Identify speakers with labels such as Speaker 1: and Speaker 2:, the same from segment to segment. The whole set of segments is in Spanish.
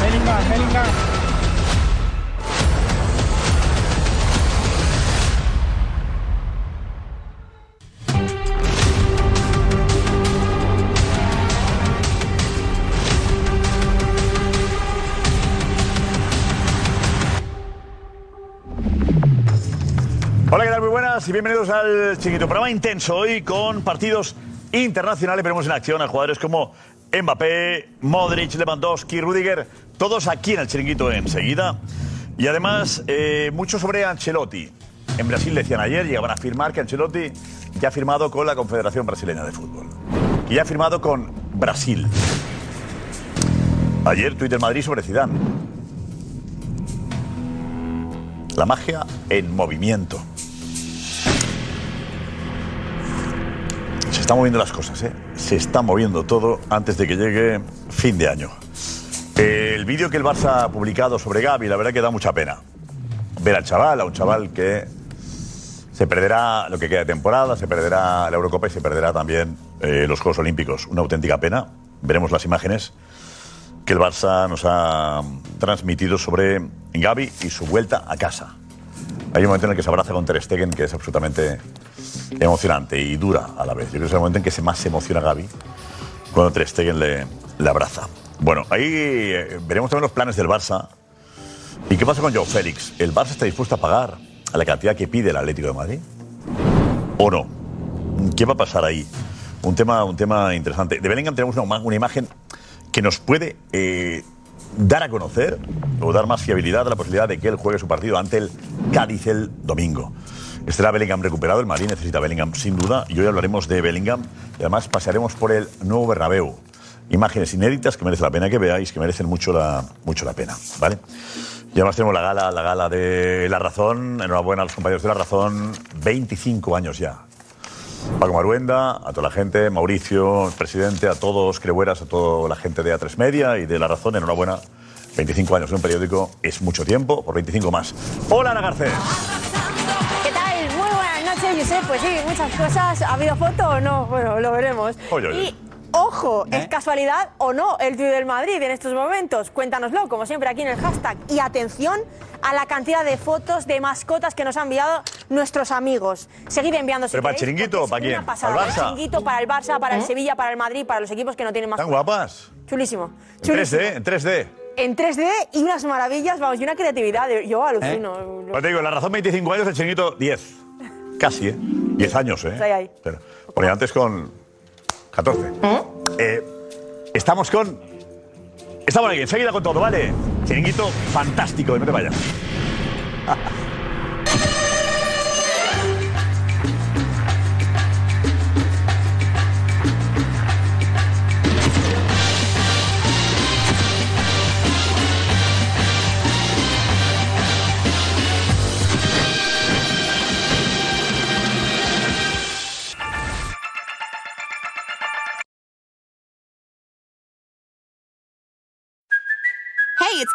Speaker 1: Bellingham, Bellingham.
Speaker 2: Hola, ¿qué tal? Muy buenas y bienvenidos al chiquito programa intenso hoy con partidos internacionales. Veremos en acción a jugadores como Mbappé, Modric, Lewandowski, Rudiger, todos aquí en el chiringuito enseguida. Y además, eh, mucho sobre Ancelotti. En Brasil decían ayer, llegaban a firmar que Ancelotti ya ha firmado con la Confederación Brasileña de Fútbol. Y ya ha firmado con Brasil. Ayer, Twitter Madrid sobre Zidane. La magia en movimiento. Se están moviendo las cosas, ¿eh? Se está moviendo todo antes de que llegue fin de año. Eh, El vídeo que el Barça ha publicado sobre Gaby, la verdad que da mucha pena. Ver al chaval, a un chaval que se perderá lo que queda de temporada, se perderá la Eurocopa y se perderá también eh, los Juegos Olímpicos. Una auténtica pena. Veremos las imágenes que el Barça nos ha transmitido sobre Gaby y su vuelta a casa. Hay un momento en el que se abraza con Ter Stegen que es absolutamente emocionante y dura a la vez. Yo creo que es el momento en que se más se emociona Gaby cuando Ter Stegen le, le abraza. Bueno, ahí eh, veremos también los planes del Barça. ¿Y qué pasa con Joe Félix? ¿El Barça está dispuesto a pagar a la cantidad que pide el Atlético de Madrid? ¿O no? ¿Qué va a pasar ahí? Un tema, un tema interesante. De Bellingham tenemos una, una imagen que nos puede eh, dar a conocer o dar más fiabilidad a la posibilidad de que él juegue su partido ante el Cádiz el domingo. Estará Bellingham recuperado, el Madrid necesita Bellingham sin duda y hoy hablaremos de Bellingham y además pasaremos por el nuevo Bernabéu. Imágenes inéditas que merece la pena que veáis, que merecen mucho la, mucho la pena, ¿vale? Y además tenemos la gala, la gala de La Razón, enhorabuena a los compañeros de La Razón, 25 años ya, Paco Maruenda, a toda la gente, Mauricio, el presidente, a todos, Crebueras, a toda la gente de A3 Media y de La Razón, enhorabuena. 25 años en un periódico es mucho tiempo, por 25 más. Hola, Ana Garcés.
Speaker 3: ¿Qué tal? Muy buenas noches, Josep. Pues sí, muchas cosas. ¿Ha habido foto o no? Bueno, lo veremos.
Speaker 4: 哦
Speaker 2: Oye, oye.
Speaker 3: Y ojo,
Speaker 2: ¿Eh?
Speaker 3: ¿es casualidad o no el tuit del Madrid en estos momentos? Cuéntanoslo, como siempre, aquí en el hashtag. Y atención a la cantidad de fotos de mascotas que nos han enviado nuestros amigos. Seguid enviándose.
Speaker 2: ¿Pero para el chiringuito o para quién? ¿Para el Barça? ¿Eh?
Speaker 3: chiringuito, para el Barça, para el Sevilla, para el Madrid, para los equipos que no tienen más.
Speaker 2: ¿Están guapas?
Speaker 3: Chulísimo.
Speaker 2: En
Speaker 3: Chulísimo.
Speaker 2: 3D, en 3D.
Speaker 3: En 3D y unas maravillas, vamos, y una creatividad. Yo alucino.
Speaker 2: Pues te digo, La Razón 25 años, el chiringuito 10. Casi, ¿eh? 10 años, ¿eh?
Speaker 3: Ahí, ahí.
Speaker 2: Pero, porque antes con 14. Eh, estamos con... Estamos aquí, enseguida con todo, ¿vale? Chiringuito fantástico, no te vayas.
Speaker 5: Hey, it's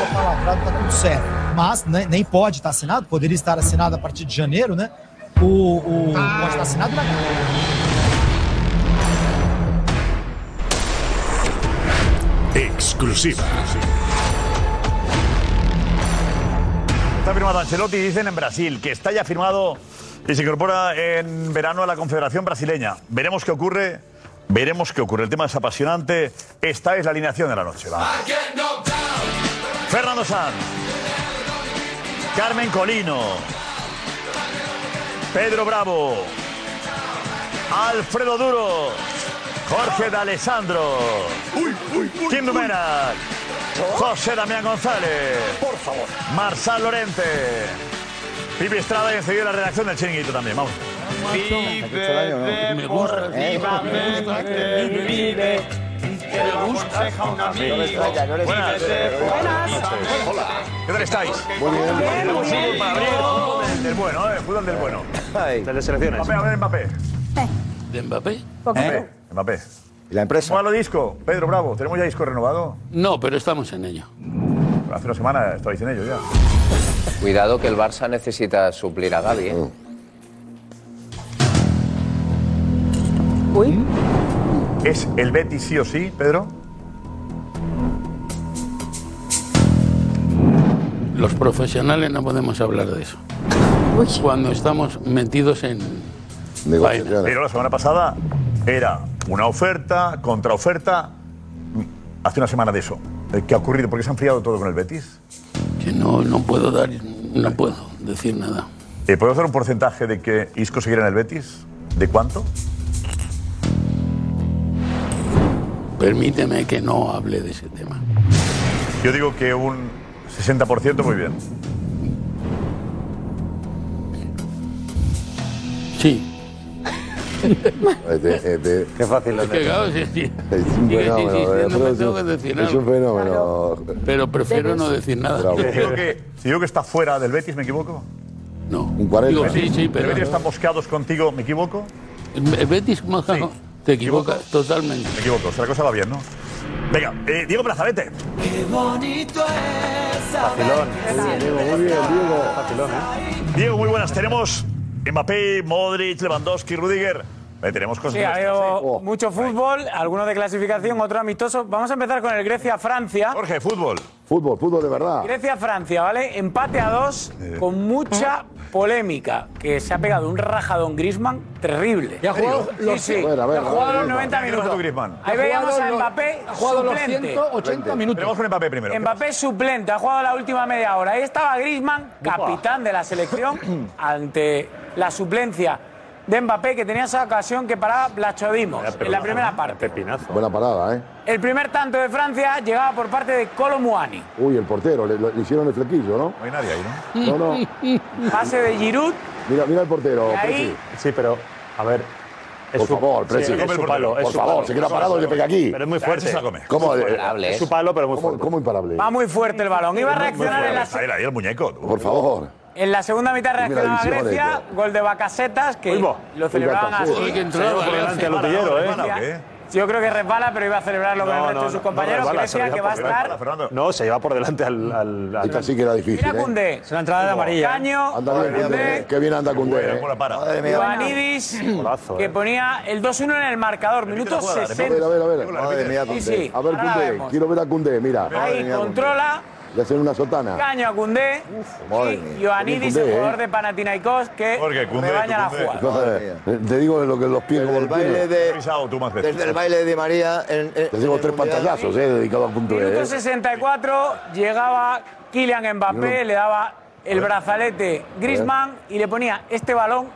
Speaker 1: Está la planta,
Speaker 6: tá tudo certo. Mas né, nem pode estar assinado, poderia estar assinado a partir de janeiro, né? O, o pode estar assinado na.
Speaker 7: Exclusiva.
Speaker 2: Está firmado Ancelotti, dicen en Brasil, que está ya firmado y se incorpora en verano a la Confederación Brasileña. Veremos qué ocurre, veremos qué ocurre. El tema es apasionante. Esta es la alineación de la noche. Vamos. Fernando Sanz, Carmen Colino, Pedro Bravo, Alfredo Duro, Jorge D'Alessandro, Kim Dumerak, José Damián González, por favor, Marsal Lorente, Pipi Estrada y enseguida la redacción del chiringuito también. Vamos.
Speaker 8: Me gusta.
Speaker 9: Eh, Vive, Eh, que me gusta. Deja un amigo.
Speaker 2: Buenas. Hola. ¿Qué tal estáis? Muy bien. Para abrir. Fútbol Del bueno, ¿eh? Fútbol del bueno.
Speaker 10: De las selecciones.
Speaker 2: Mbappé, a ver Mbappé.
Speaker 7: ¿De Mbappé?
Speaker 2: Mbappé. Mbappé.
Speaker 10: ¿Eh? ¿Y la empresa?
Speaker 2: Nuevo disco. Pedro Bravo, ¿tenemos ya disco renovado?
Speaker 7: No, pero estamos en ello.
Speaker 2: Hace una semana estabais en ello ya.
Speaker 11: Cuidado que el Barça necesita suplir a Gaby. ¿eh?
Speaker 2: Mm. Uy. ¿Es el Betis sí o sí, Pedro?
Speaker 7: Los profesionales no podemos hablar de eso. Cuando estamos metidos en... vaina.
Speaker 2: Pero la semana pasada era una oferta, contraoferta. Hace una semana de eso. Eh, ¿Qué ha ocurrido? ¿Por qué se ha enfriado todo con el Betis?
Speaker 7: Que no, no puedo dar, no puedo decir nada.
Speaker 2: Eh, ¿Podemos dar un porcentaje de que Isco seguirá en el Betis? ¿De cuánto?
Speaker 7: Permíteme que no hable de ese tema.
Speaker 2: Yo digo que un 60% muy bien.
Speaker 7: Sí.
Speaker 10: Qué fácil lo
Speaker 7: Es que, claro, sí, sí.
Speaker 10: Es un
Speaker 7: Sigue
Speaker 10: fenómeno.
Speaker 7: insistiendo, me tengo
Speaker 10: Alfredo, es
Speaker 7: que
Speaker 10: un-
Speaker 7: decir
Speaker 10: Es un
Speaker 7: algo.
Speaker 10: fenómeno.
Speaker 7: Pero prefiero no decir nada.
Speaker 2: Si digo, que, si digo que está fuera del Betis, ¿me equivoco?
Speaker 7: No.
Speaker 10: Un 40.
Speaker 7: Digo, sí, sí,
Speaker 2: ¿El
Speaker 7: pero...
Speaker 2: Betis está mosqueados contigo, ¿me equivoco?
Speaker 7: El Betis, Mojajo, te equivocas totalmente.
Speaker 2: Me equivoco, o sea, la cosa va bien, ¿no? Venga, eh, Diego Brazalete.
Speaker 9: Qué bonito es.
Speaker 2: Facilón.
Speaker 9: Diego, muy bien, Diego. Facilón, ¿eh?
Speaker 2: Diego, muy buenas. Tenemos Mbappé, Modric, Lewandowski, Rudiger. Eh, tenemos cosas. ¿eh?
Speaker 12: Sí, ha habido
Speaker 9: Oh.
Speaker 12: mucho fútbol, algunos de clasificación, otro amistoso. Vamos a empezar con el Grecia-Francia.
Speaker 2: Jorge, fútbol.
Speaker 10: Fútbol, fútbol de verdad.
Speaker 12: Grecia-Francia, ¿vale? Empate a dos
Speaker 2: Eh.
Speaker 12: con mucha polémica, que se ha pegado un rajadón Grisman terrible.
Speaker 13: Y ha jugado
Speaker 12: sí,
Speaker 13: los-
Speaker 12: sí.
Speaker 10: Bueno, a ver,
Speaker 12: Y ha jugado
Speaker 10: Griezmann.
Speaker 12: los 90 minutos.
Speaker 2: Tú, Griezmann.
Speaker 12: Ahí
Speaker 13: Ha
Speaker 12: veíamos a
Speaker 13: jugado los-
Speaker 12: Mbappé
Speaker 13: ha jugado los
Speaker 12: suplente.
Speaker 13: 180 minutos.
Speaker 2: Tenemos con Mbappé primero. ¿Qué
Speaker 12: Mbappé suplente, ha jugado la última media hora. Ahí estaba Grisman, capitán de la selección, ante la suplencia de Mbappé, que tenía esa ocasión que paraba Blachodimos en la primera parte.
Speaker 10: Buena parada, ¿eh?
Speaker 12: El primer tanto de Francia llegaba por parte de Colomuani.
Speaker 10: Uy, el portero, le, le hicieron el flequillo, ¿no?
Speaker 2: No hay nadie ahí,
Speaker 10: No,
Speaker 2: ¿no?
Speaker 10: no.
Speaker 12: Pase de Giroud
Speaker 10: Mira, mira el portero,
Speaker 12: y ahí
Speaker 10: Presi.
Speaker 14: Sí, pero, a ver.
Speaker 10: Por favor, Presi.
Speaker 14: es su palo.
Speaker 10: Por favor, se queda parado y le pega aquí.
Speaker 14: Pero es muy
Speaker 2: Fuerte.
Speaker 14: fuerte.
Speaker 2: Se la come.
Speaker 10: ¿Cómo?
Speaker 11: Imparable,
Speaker 14: Es
Speaker 11: ¿eh?
Speaker 14: su palo, pero muy
Speaker 10: ¿Cómo,
Speaker 14: fuerte.
Speaker 10: cómo imparable?
Speaker 12: va muy fuerte el balón. Iba a reaccionar en la,
Speaker 2: Ahí, ahí, el muñeco. tú.
Speaker 10: Por favor.
Speaker 12: en la segunda mitad
Speaker 10: Mira,
Speaker 12: reaccionaba
Speaker 10: división,
Speaker 12: Grecia,
Speaker 10: esto.
Speaker 12: gol de Bacasetas, que
Speaker 14: Uy, va.
Speaker 12: lo celebraban
Speaker 10: Uy,
Speaker 12: así.
Speaker 7: Oye, que entró,
Speaker 14: Se llevó por
Speaker 7: vale,
Speaker 14: delante al
Speaker 7: hace-
Speaker 14: utillero, ¿eh?
Speaker 2: Hermano, ¿qué?
Speaker 12: Yo creo que resbala, pero iba a celebrarlo con el resto de sus compañeros.
Speaker 14: resbala, se
Speaker 12: Grecia
Speaker 14: lleva
Speaker 12: que va a
Speaker 14: por delante.
Speaker 12: estar.
Speaker 2: Fernando.
Speaker 14: No, se lleva por delante al. al, al-
Speaker 10: Esta sí que era difícil,
Speaker 12: Mira
Speaker 10: ¿eh?
Speaker 12: Cundé.
Speaker 13: Es una entrada de amarilla. ¿eh?
Speaker 12: Caño,
Speaker 10: Anda bien, Cundé. Qué bien anda Cundé,
Speaker 2: Bueno,
Speaker 10: ¿eh?
Speaker 2: por la para.
Speaker 10: Madre mía.
Speaker 12: Ioannidis,
Speaker 14: Golazo,
Speaker 12: que
Speaker 14: eh.
Speaker 12: ponía el 2-1 en el marcador,
Speaker 2: Repite la
Speaker 12: minuto
Speaker 2: jugada,
Speaker 10: A ver, a
Speaker 12: 60.
Speaker 10: ver, a ver.
Speaker 2: Madre mía,
Speaker 12: Sí, sí,
Speaker 10: A ver,
Speaker 12: ahora la
Speaker 10: Cundé.
Speaker 12: vemos.
Speaker 10: Quiero ver a Cundé, mira. Madre
Speaker 12: Ahí
Speaker 10: mía, Cundé.
Speaker 12: controla,
Speaker 10: Le hacen una sotana.
Speaker 12: caño a Cundé.
Speaker 10: madre
Speaker 12: Y
Speaker 10: mía.
Speaker 12: Ioannidis,
Speaker 10: Cundé,
Speaker 12: el
Speaker 10: ¿eh?
Speaker 12: jugador de Panathinaikos, que
Speaker 2: Jorge, Cundé,
Speaker 12: me baña la
Speaker 2: Cundé.
Speaker 12: jugada.
Speaker 10: Entonces, te digo lo que los pies como
Speaker 15: Desde el
Speaker 10: los tiene.
Speaker 15: baile
Speaker 2: He
Speaker 15: de,
Speaker 2: avisado tú más veces.
Speaker 15: desde el baile de María. En, en-
Speaker 10: Les digo
Speaker 15: en el
Speaker 10: tres
Speaker 15: Mundial.
Speaker 10: pantallazos, ¿eh? Dedicado a Cundé,
Speaker 12: Minuto
Speaker 10: ¿eh?
Speaker 12: 64, llegaba Kylian Mbappé, le daba el brazalete Griezmann y le ponía este balón.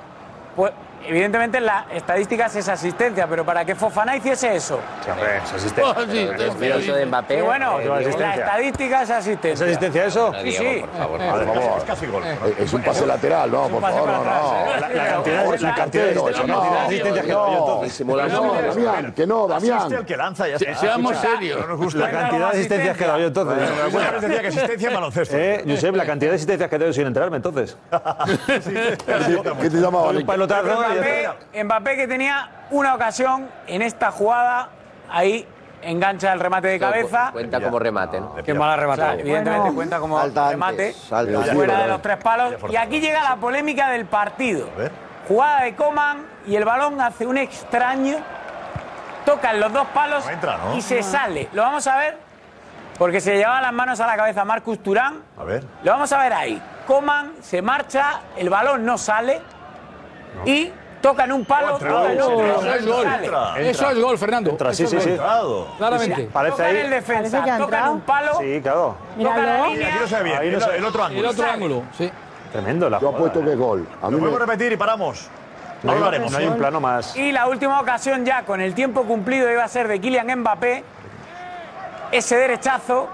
Speaker 12: Pues, evidentemente, en las estadísticas es asistencia, pero para que Fofana hiciese eso.
Speaker 14: Sí, hombre, es
Speaker 7: Oh,
Speaker 14: asistencia.
Speaker 7: sí, te
Speaker 11: Confío
Speaker 7: fío.
Speaker 11: eso de Mbappé.
Speaker 12: Y bueno,
Speaker 14: lleva
Speaker 11: eh,
Speaker 12: la
Speaker 11: Diego.
Speaker 14: asistencia.
Speaker 12: estadística es
Speaker 14: ¿Es
Speaker 12: asistencia.
Speaker 14: asistencia eso?
Speaker 11: No,
Speaker 12: Sí,
Speaker 11: Diego,
Speaker 12: sí.
Speaker 11: por favor.
Speaker 2: Por
Speaker 10: por
Speaker 2: favor.
Speaker 10: favor.
Speaker 2: Es casi gol.
Speaker 10: Eh, Es un pase lateral, no, por
Speaker 12: pase
Speaker 10: favor, no,
Speaker 12: para atrás, ¿eh?
Speaker 10: no.
Speaker 14: La, la cantidad,
Speaker 10: Ahora
Speaker 14: de-
Speaker 10: es
Speaker 14: la
Speaker 10: un
Speaker 14: cantidad, de-
Speaker 10: cantero,
Speaker 14: la
Speaker 10: eso no.
Speaker 14: cantidad de asistencias que doy
Speaker 10: No,
Speaker 14: entonces.
Speaker 10: no, Damián, que no,
Speaker 2: Asiste
Speaker 10: Damián.
Speaker 2: al que lanza ya
Speaker 7: Se-
Speaker 2: está.
Speaker 7: Seamos
Speaker 2: Escucha,
Speaker 7: serios.
Speaker 2: No nos gusta.
Speaker 14: La cantidad de asistencias que doy entonces.
Speaker 2: Una vez decía que asistencia en baloncesto.
Speaker 14: Eh, Josep, la cantidad de asistencias que doy sin enterarme entonces.
Speaker 10: ¿Qué te llamaba?
Speaker 14: Doy un palotazo y ya está.
Speaker 12: Mbappé, Mbappé que tenía una ocasión en esta jugada ahí engancha el remate de cabeza.
Speaker 11: Cuenta como remate, ¿no?
Speaker 12: Qué mala remate. evidentemente
Speaker 11: Bueno.
Speaker 12: cuenta como remate.
Speaker 11: salta antes.
Speaker 12: fuera de
Speaker 11: Vale.
Speaker 12: los tres palos. Y aquí llega la polémica del partido. Jugada de Coman y el balón hace un extraño. Tocan los dos palos
Speaker 2: ¿no?
Speaker 12: y se
Speaker 2: No.
Speaker 12: sale. Lo vamos a ver porque se llevaba las manos a la cabeza Marcus Turán.
Speaker 2: A ver.
Speaker 12: Lo vamos a ver ahí. Coman se marcha, el balón no sale y tocan un palo. tocan
Speaker 13: Eso,
Speaker 12: otro,
Speaker 13: eso es gol.
Speaker 12: sale.
Speaker 13: Eso es gol, Fernando.
Speaker 14: Entra, sí,
Speaker 13: Eso
Speaker 14: sí,
Speaker 13: es
Speaker 14: sí.
Speaker 13: gol. Claramente.
Speaker 14: Sí, sí. Parece
Speaker 12: tocan
Speaker 14: ahí.
Speaker 12: el defensa,
Speaker 13: Parece que ha
Speaker 12: tocan
Speaker 13: entrado.
Speaker 12: un palo.
Speaker 14: Sí, claro.
Speaker 12: Tocan la línea.
Speaker 2: Aquí no se ve bien.
Speaker 14: Ahí no
Speaker 2: el,
Speaker 14: se ve.
Speaker 2: el otro ángulo.
Speaker 14: El otro ángulo, Tremendo la
Speaker 10: Yo
Speaker 14: jugada.
Speaker 10: apuesto que es gol. A mí
Speaker 2: Lo
Speaker 10: me-
Speaker 2: podemos repetir y paramos.
Speaker 14: No
Speaker 2: Ahí
Speaker 14: hay,
Speaker 2: lo haremos.
Speaker 14: no hay un plano más.
Speaker 12: Y la última ocasión ya con el tiempo cumplido iba a ser de Kylian Mbappé. Ese derechazo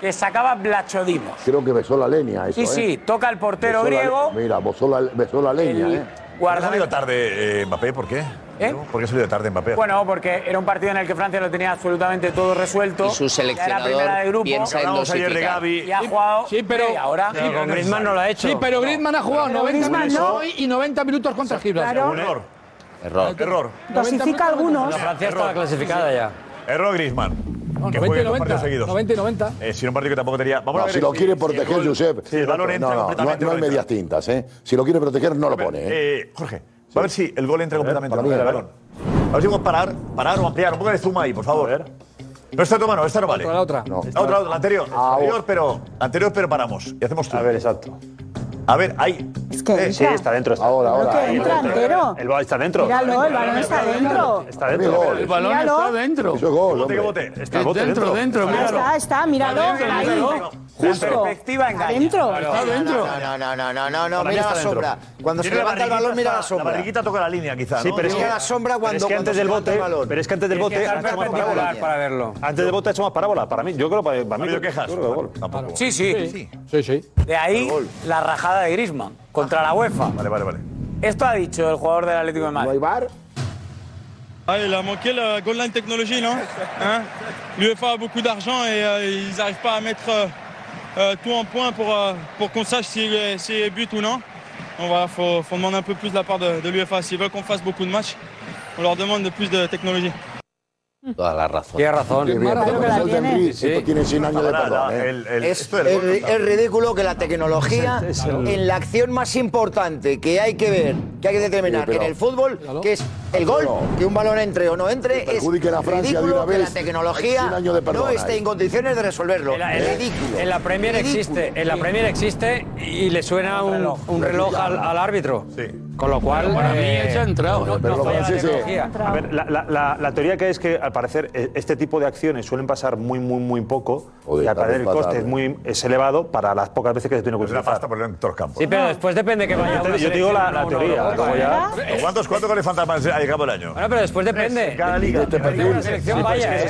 Speaker 12: que sacaba Blachodimos.
Speaker 10: Creo que besó la leña eso,
Speaker 12: Sí,
Speaker 10: ¿eh?
Speaker 12: sí, toca el portero
Speaker 10: Besó la-
Speaker 12: griego.
Speaker 10: mira, besó la, besó la leña, ¿eh?
Speaker 2: ¿Ha salido tarde eh, Mbappé? ¿Por qué? ¿Por qué ha salido tarde Mbappé?
Speaker 12: Bueno, porque era un partido en el que Francia lo tenía absolutamente todo resuelto.
Speaker 2: Y su
Speaker 12: Ya era
Speaker 2: seleccionador
Speaker 12: primera de grupo.
Speaker 2: piensa en Hablábamos ayer de dosificar. Gavi.
Speaker 12: Y ha jugado
Speaker 13: Sí, pero,
Speaker 12: media hora.
Speaker 13: sí, Sí, pero Griezmann ha jugado
Speaker 8: Pero
Speaker 13: 90
Speaker 8: Griezmann
Speaker 13: minutos
Speaker 8: no.
Speaker 13: hoy y 90 minutos contra Gibraltar.
Speaker 8: Claro.
Speaker 2: Error.
Speaker 11: Error.
Speaker 2: Error.
Speaker 8: Dosifica algunos.
Speaker 2: La Francia estaba clasificada ya. Error Griezmann.
Speaker 13: 90
Speaker 2: Que juegue
Speaker 13: y 90.
Speaker 2: dos partidos seguidos.
Speaker 13: 90 y 90.
Speaker 2: Eh, si era un partido que tampoco tenía. Vamos a
Speaker 10: No,
Speaker 2: ver
Speaker 10: si lo quiere proteger,
Speaker 2: el gol-
Speaker 10: Josep.
Speaker 2: Si el balón
Speaker 10: no,
Speaker 2: entra
Speaker 10: no, no,
Speaker 2: completamente.
Speaker 10: no
Speaker 2: o
Speaker 10: hay medias tintas, ¿eh? Si lo quiere proteger, no lo pone, ¿eh?
Speaker 2: Eh, Jorge, va a ver si el gol entra completamente.
Speaker 10: para mí, ¿eh?
Speaker 2: dentro del
Speaker 10: a ver.
Speaker 2: balón. A ver si podemos parar, parar o ampliar. Un poco de zoom ahí, por favor. No, esta toma no, esta no vale.
Speaker 13: Otra, la otra.
Speaker 2: No. La otra, la anterior.
Speaker 10: Ah,
Speaker 2: anterior,
Speaker 10: oh.
Speaker 2: pero, anterior, pero paramos. Y hacemos tú. A ver, exacto. A ver, ahí.
Speaker 8: Es que
Speaker 14: Sí, está dentro. Está ahora,
Speaker 8: ahora. que
Speaker 14: Ahí,
Speaker 8: entra entero.
Speaker 14: El balón está dentro.
Speaker 8: Míralo, el balón está dentro.
Speaker 14: Está dentro.
Speaker 7: El balón está dentro.
Speaker 10: Eso es gol,
Speaker 2: Bote que
Speaker 10: hombre.
Speaker 2: bote.
Speaker 14: Está bote
Speaker 7: dentro, dentro.
Speaker 8: Ahí está, está, míralo. Ahí. Justo.
Speaker 12: perspectiva engaña.
Speaker 8: Adentro.
Speaker 12: Está
Speaker 8: dentro.
Speaker 15: No, no, no, no, no, no,
Speaker 2: Para mí
Speaker 15: mira
Speaker 2: está
Speaker 15: la
Speaker 2: dentro.
Speaker 15: sombra. Cuando se
Speaker 2: Tiene la
Speaker 15: levanta el
Speaker 2: barriguita,
Speaker 15: balón, mira
Speaker 2: está-
Speaker 15: la
Speaker 2: La
Speaker 15: sombra.
Speaker 2: barriguita toca la línea, quizá.
Speaker 14: Sí,
Speaker 2: ¿no?
Speaker 14: pero es que,
Speaker 15: Mira la sombra
Speaker 14: pero
Speaker 15: cuando-
Speaker 14: es que
Speaker 15: cuando
Speaker 14: antes
Speaker 15: se
Speaker 14: del
Speaker 15: levanta
Speaker 14: bote,
Speaker 15: el balón.
Speaker 14: pero es que antes del
Speaker 15: Tienes
Speaker 14: bote
Speaker 15: que
Speaker 14: ha
Speaker 15: hacer
Speaker 14: hecho más
Speaker 15: perpendicular
Speaker 14: parábola.
Speaker 15: para
Speaker 12: verlo.
Speaker 14: Antes del bote ha hecho más parábola. Para mí, yo creo para, para mí.
Speaker 2: habido quejas.
Speaker 14: yo creo que gol.
Speaker 2: Tampoco.
Speaker 12: Sí, sí.
Speaker 13: Sí, sí.
Speaker 12: De ahí la rajada de Griezmann contra la UEFA.
Speaker 2: Vale, vale, vale.
Speaker 12: Esto ha dicho el jugador del Atlético de Madrid.
Speaker 16: Ah, il a manqué la goal line technology, non Hein L'UEFA a beaucoup d'argent et euh, ils n'arrivent pas à mettre euh, euh, tout en point pour, euh, pour qu'on sache si euh, s'il est but ou non. Donc voilà, faut, faut demander un peu plus de la part de, de l'UEFA. S'ils veulent qu'on fasse beaucoup de matchs, on leur demande de plus de technologie.
Speaker 11: Toda la razón.
Speaker 10: Tiene razón. Qué bien,
Speaker 11: Maravilla
Speaker 10: pero
Speaker 11: que la
Speaker 10: con
Speaker 11: tiene.
Speaker 10: Henry,
Speaker 11: Sí.
Speaker 10: esto tiene 100 años de
Speaker 2: Ahora,
Speaker 10: perdón,
Speaker 2: la-
Speaker 10: ¿eh?
Speaker 2: el- el-
Speaker 15: Es,
Speaker 2: esto del gol
Speaker 15: es-
Speaker 2: está-
Speaker 15: es ridículo que la tecnología
Speaker 2: Es el-
Speaker 15: en la acción más importante que hay que ver, que hay que determinar
Speaker 10: Sí, pero-
Speaker 15: que en el fútbol, que es el gol, que un balón entre o no entre,
Speaker 10: Que
Speaker 15: es
Speaker 10: perjudique a la Francia de
Speaker 15: ridículo
Speaker 10: una vez,
Speaker 15: que la tecnología
Speaker 10: 100 años de perdón
Speaker 15: no esté
Speaker 10: hay.
Speaker 15: en condiciones de resolverlo.
Speaker 17: En la, en la-
Speaker 15: ridículo.
Speaker 17: en la Premier
Speaker 15: Ridículo.
Speaker 17: existe, en la Premier existe y le suena un, un reloj, al, al árbitro. Con lo cual.
Speaker 7: Para mí
Speaker 17: eh,
Speaker 7: se ha entrado.
Speaker 17: no- no falla la tecnología.
Speaker 14: A ver, la, la- la- la teoría que es que al parecer eh, este tipo de acciones suelen pasar muy, muy, muy poco y al
Speaker 2: está
Speaker 14: parecer el
Speaker 2: fatal,
Speaker 14: coste
Speaker 2: eh.
Speaker 14: es, muy, es elevado para las pocas veces que se tiene que
Speaker 2: Es una
Speaker 14: utilizar.
Speaker 2: pasta por en todos los campos.
Speaker 17: Sí, pero después depende que vaya.
Speaker 14: Yo te-
Speaker 17: una
Speaker 14: yo te digo la- la
Speaker 17: selección,
Speaker 14: teoría,
Speaker 17: una
Speaker 14: luego ya-
Speaker 17: Europa.
Speaker 2: ¿Cuántos, ¿Cuántos goles fantasmas ha llegado el año?
Speaker 17: Bueno, pero después depende.
Speaker 2: Cada liga.
Speaker 17: Depende de la selección vaya. eh.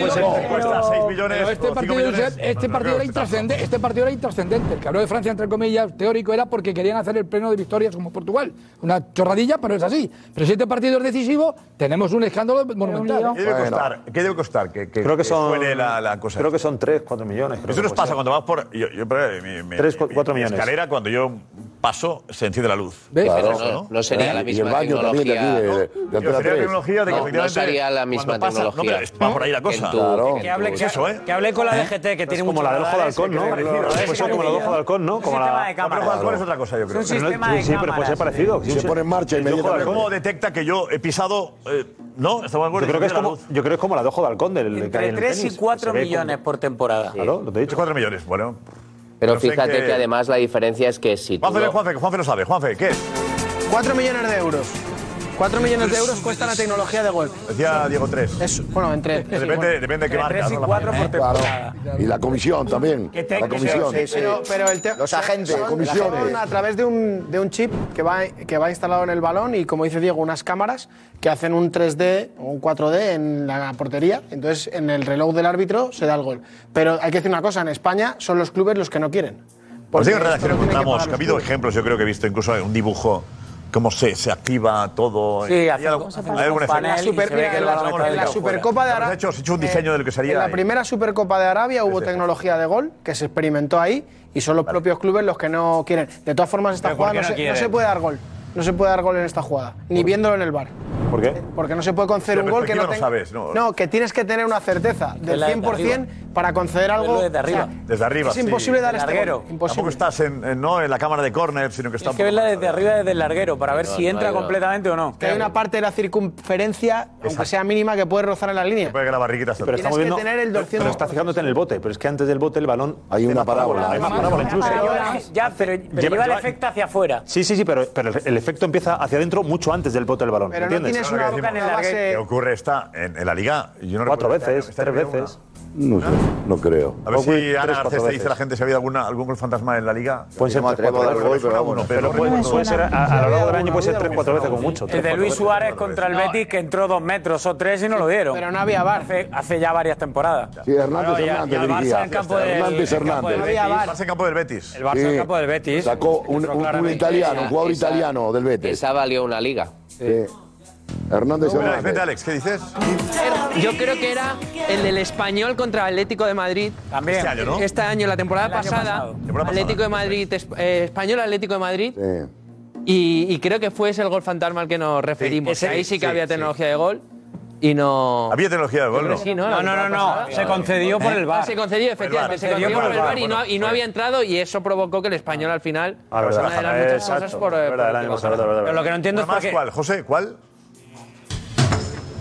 Speaker 2: Pues el- cuesta 6 millones.
Speaker 13: Pero este
Speaker 2: o 5
Speaker 13: partido,
Speaker 2: millones.
Speaker 13: Josep, este
Speaker 2: No,
Speaker 13: partido
Speaker 2: no,
Speaker 13: era intrascendente. Este partido era intrascendente. El que habló de Francia, entre comillas, teórico era porque querían hacer el pleno de victorias como Portugal. Una chorradilla, pero es así. Pero si este partido es decisivo, tenemos un escándalo monumental.
Speaker 2: ¿Qué debe costar? ¿Qué debe costar? Que, que-
Speaker 14: Creo que
Speaker 2: que
Speaker 14: son-
Speaker 2: suene la, la cosa.
Speaker 14: Creo que son 3, 4 millones. creo
Speaker 2: Eso
Speaker 14: que
Speaker 2: nos
Speaker 14: puede
Speaker 2: pasa
Speaker 14: ser.
Speaker 2: cuando vas por. Yo, yo, pero mi, mi-
Speaker 14: Tres, cu-
Speaker 2: mi-
Speaker 14: cuatro
Speaker 2: mi
Speaker 14: millones.
Speaker 2: escalera, cuando yo paso, se enciende la luz.
Speaker 11: ¿Ves? Claro,
Speaker 2: Es eso,
Speaker 11: no- no sería
Speaker 2: ¿Eh?
Speaker 11: la misma Y el baño también de aquí, tecnología. de- de- de
Speaker 2: Yo
Speaker 11: Antena
Speaker 2: sería la
Speaker 11: 3.
Speaker 2: tecnología de que
Speaker 11: No, no
Speaker 2: efectivamente
Speaker 11: sería la misma
Speaker 2: cuando pasa- No,
Speaker 11: tecnología.
Speaker 2: pero es- va por ahí la
Speaker 11: Que
Speaker 2: cosa.
Speaker 11: tú- Claro.
Speaker 17: Que hable,
Speaker 2: Es
Speaker 17: que-
Speaker 2: eso, ¿eh?
Speaker 17: que hable con la DGT, que
Speaker 14: Es
Speaker 17: tiene
Speaker 14: como
Speaker 17: mucho
Speaker 14: la del ojo de
Speaker 17: radar ese,
Speaker 14: halcón,
Speaker 17: que
Speaker 14: ¿no?
Speaker 17: es parecido, ¿eh?
Speaker 14: Pues son como la del ojo de halcón, ¿no?
Speaker 17: Un
Speaker 14: Como
Speaker 17: sistema
Speaker 14: la-
Speaker 17: de
Speaker 14: No,
Speaker 2: Pero
Speaker 17: cámaras.
Speaker 2: el ojo de halcón es otra cosa, yo creo.
Speaker 14: Es un sistema de Sí, pero puede ser cámaras, parecido. sí.
Speaker 10: Se pone en marcha
Speaker 2: El ojo de
Speaker 10: inmediatamente.
Speaker 2: halcón, ¿Cómo detecta que yo he pisado? eh, No, estaba en
Speaker 14: Yo creo, que es como, yo creo que es como la de ojo de halcón del que hay
Speaker 12: Entre
Speaker 14: en el
Speaker 12: 3 y
Speaker 14: tenis.
Speaker 12: 4
Speaker 14: Se ve
Speaker 12: millones por temporada.
Speaker 14: Claro, lo te he dicho.
Speaker 2: 4 millones, bueno.
Speaker 11: Pero
Speaker 2: No sé
Speaker 11: fíjate
Speaker 2: qué-
Speaker 11: que además la diferencia es que si tú
Speaker 2: Juanfe,
Speaker 11: no-
Speaker 2: Juanfe, Juanfe lo sabe. Juanfe, ¿qué es?
Speaker 18: 4 millones de euros. 4 millones de euros cuesta la tecnología de golf.
Speaker 2: Decía Diego 3.
Speaker 18: bueno, entre.
Speaker 2: Depende- depende de qué marca, ¿no? La mayoría.
Speaker 10: Y la comisión también. La comisión.
Speaker 18: Pero, pero el te-
Speaker 15: Los agentes.
Speaker 18: son- son a través de un, de un chip que va, que va instalado en el balón y, como dice Diego, unas cámaras que hacen un 3D o un 4D en la portería. Entonces, en el reloj del árbitro se da el gol. Pero hay que decir una cosa: en España son los clubes los que no quieren.
Speaker 2: Por eso en
Speaker 18: Porque esto
Speaker 2: redacción
Speaker 18: lo tienen que
Speaker 2: encontramos,
Speaker 18: pagar
Speaker 2: que ha
Speaker 18: los
Speaker 2: habido
Speaker 18: clubes.
Speaker 2: ejemplos, yo creo que he visto incluso un dibujo, cómo se, se activa todo. ¿eh?
Speaker 18: Sí,
Speaker 2: ¿Hay
Speaker 18: hacen
Speaker 2: algo-
Speaker 18: cosas,
Speaker 2: ¿Hay algún
Speaker 18: hacen panel
Speaker 2: efecto?
Speaker 18: y se ve que el balón está
Speaker 2: En
Speaker 18: en la Supercopa de
Speaker 2: Hemos
Speaker 18: Arabia-
Speaker 2: Pues, hecho, has hecho un diseño del que
Speaker 18: en
Speaker 2: sería.
Speaker 18: la primera Supercopa de Arabia hubo tecnología de gol que se experimentó ahí y son los propios clubes los que no quieren. De todas formas, esta
Speaker 2: ¿por
Speaker 18: jugada
Speaker 2: qué
Speaker 18: no,
Speaker 2: no
Speaker 18: se, no
Speaker 2: quieren? ¿eh?
Speaker 18: se puede dar gol. No se puede dar gol en esta jugada, ni viéndolo en el bar.
Speaker 14: ¿Por qué?
Speaker 18: Porque no se puede conceder
Speaker 14: La
Speaker 18: un gol que no,
Speaker 14: perspectiva no
Speaker 18: tenga-
Speaker 14: sabes, no.
Speaker 18: que tienes que tener una certeza
Speaker 14: Que
Speaker 18: del
Speaker 14: la de
Speaker 18: 100% para conceder algo.
Speaker 14: desde
Speaker 18: o sea,
Speaker 14: arriba. desde arriba.
Speaker 18: Es imposible
Speaker 14: sí.
Speaker 18: dar este gol.
Speaker 14: Tampoco
Speaker 18: Imposible.
Speaker 14: estás en, en- no en la cámara de córner, sino que está
Speaker 18: Tienes que verla desde arriba, desde el larguero,
Speaker 12: para ver No, si no entra hay nada. completamente
Speaker 14: o no.
Speaker 18: Que hay una parte de la circunferencia, aunque sea mínima, que puede rozar en la línea.
Speaker 14: Puede que la barriguita se
Speaker 18: Tienes que tener el 200%.
Speaker 14: Pero está fijándote en el bote, pero es que antes del bote el balón. Hay una
Speaker 10: parábola.
Speaker 14: Hay una parábola incluso.
Speaker 12: Ya, pero, pero
Speaker 14: Lleva-
Speaker 12: lleva el
Speaker 14: lleva-
Speaker 12: efecto hacia afuera.
Speaker 14: Sí, sí, sí, pero, pero el, el efecto empieza hacia adentro mucho antes del bote del balón.
Speaker 12: Pero no
Speaker 14: ¿Entiendes?
Speaker 12: tienes una boca en el larguete.
Speaker 14: ¿Qué ocurre esta en, en la liga? Yo no Cuatro veces, tres veces.
Speaker 10: No sé, no creo.
Speaker 14: A ver
Speaker 10: Ojo,
Speaker 14: si
Speaker 10: tres,
Speaker 14: Ana
Speaker 10: cuatro
Speaker 14: Garcés te dice
Speaker 10: veces.
Speaker 14: la gente si ha habido alguna, algún gol fantasma en la liga.
Speaker 10: Pueden ser No me tres, atrevo cuatro a dar veces, gol, pero
Speaker 14: pero
Speaker 10: vamos,
Speaker 14: uno,
Speaker 10: no
Speaker 14: pero
Speaker 10: me
Speaker 14: puede,
Speaker 10: suena.
Speaker 14: puede ser a, a lo largo del año puede ser tres, cuatro veces como mucho.
Speaker 12: El
Speaker 14: tres,
Speaker 12: de
Speaker 14: cuatro
Speaker 12: Luis
Speaker 14: veces.
Speaker 12: Suárez contra el Betis, que entró dos metros o tres y no lo dieron.
Speaker 18: pero no había VAR.
Speaker 12: Hace, hace ya varias temporadas.
Speaker 10: Sí, Hernández Hernández
Speaker 12: el Barça
Speaker 10: dirigía.
Speaker 12: en campo del,
Speaker 10: Hernández
Speaker 12: en campo del
Speaker 10: Hernández.
Speaker 12: Betis.
Speaker 10: Había
Speaker 14: en campo del Betis.
Speaker 12: El Barça en
Speaker 10: Sí.
Speaker 12: campo del Betis.
Speaker 10: Sacó un, un- un
Speaker 11: claramente.
Speaker 10: italiano, un
Speaker 11: Esa-
Speaker 10: jugador
Speaker 11: esa-
Speaker 10: italiano del Betis.
Speaker 11: Esa valió una liga.
Speaker 10: Sí. Hernández
Speaker 11: Bueno,
Speaker 10: Hernández.
Speaker 11: vete,
Speaker 14: Alex, ¿qué dices?
Speaker 19: Yo creo que era el del español contra Atlético de Madrid.
Speaker 12: También.
Speaker 14: Este año, ¿no?
Speaker 19: Este año, la temporada
Speaker 14: El año
Speaker 19: pasada.
Speaker 14: pasado. Temporada
Speaker 19: Atlético de Madrid, es- eh, español Atlético de Madrid. Y, y creo que fue ese el gol fantasma al que nos referimos.
Speaker 12: ese,
Speaker 19: Ahí sí que
Speaker 12: sí,
Speaker 19: había
Speaker 12: sí.
Speaker 19: tecnología de gol y no.
Speaker 14: Había tecnología de gol,
Speaker 19: Yo creo
Speaker 14: ¿no?
Speaker 19: que sí, ¿no?
Speaker 12: No, no, no, no. Se concedió por el
Speaker 19: Ah,
Speaker 12: VAR.
Speaker 19: se concedió,
Speaker 12: Por el
Speaker 19: efectivamente.
Speaker 12: VAR.
Speaker 19: Se concedió por el VAR y no, y no
Speaker 12: Bueno.
Speaker 19: había entrado y eso provocó que el español al final.
Speaker 14: Ah, verdad,
Speaker 19: una de las
Speaker 14: eh,
Speaker 19: muchas
Speaker 14: exacto,
Speaker 19: cosas por.
Speaker 14: verdad,
Speaker 19: por-
Speaker 14: el año pasado, verdad, verdad.
Speaker 19: Pero lo que no entiendo es
Speaker 14: Una
Speaker 19: por
Speaker 14: más,
Speaker 19: qué-
Speaker 14: ¿Cuál, José? ¿Cuál?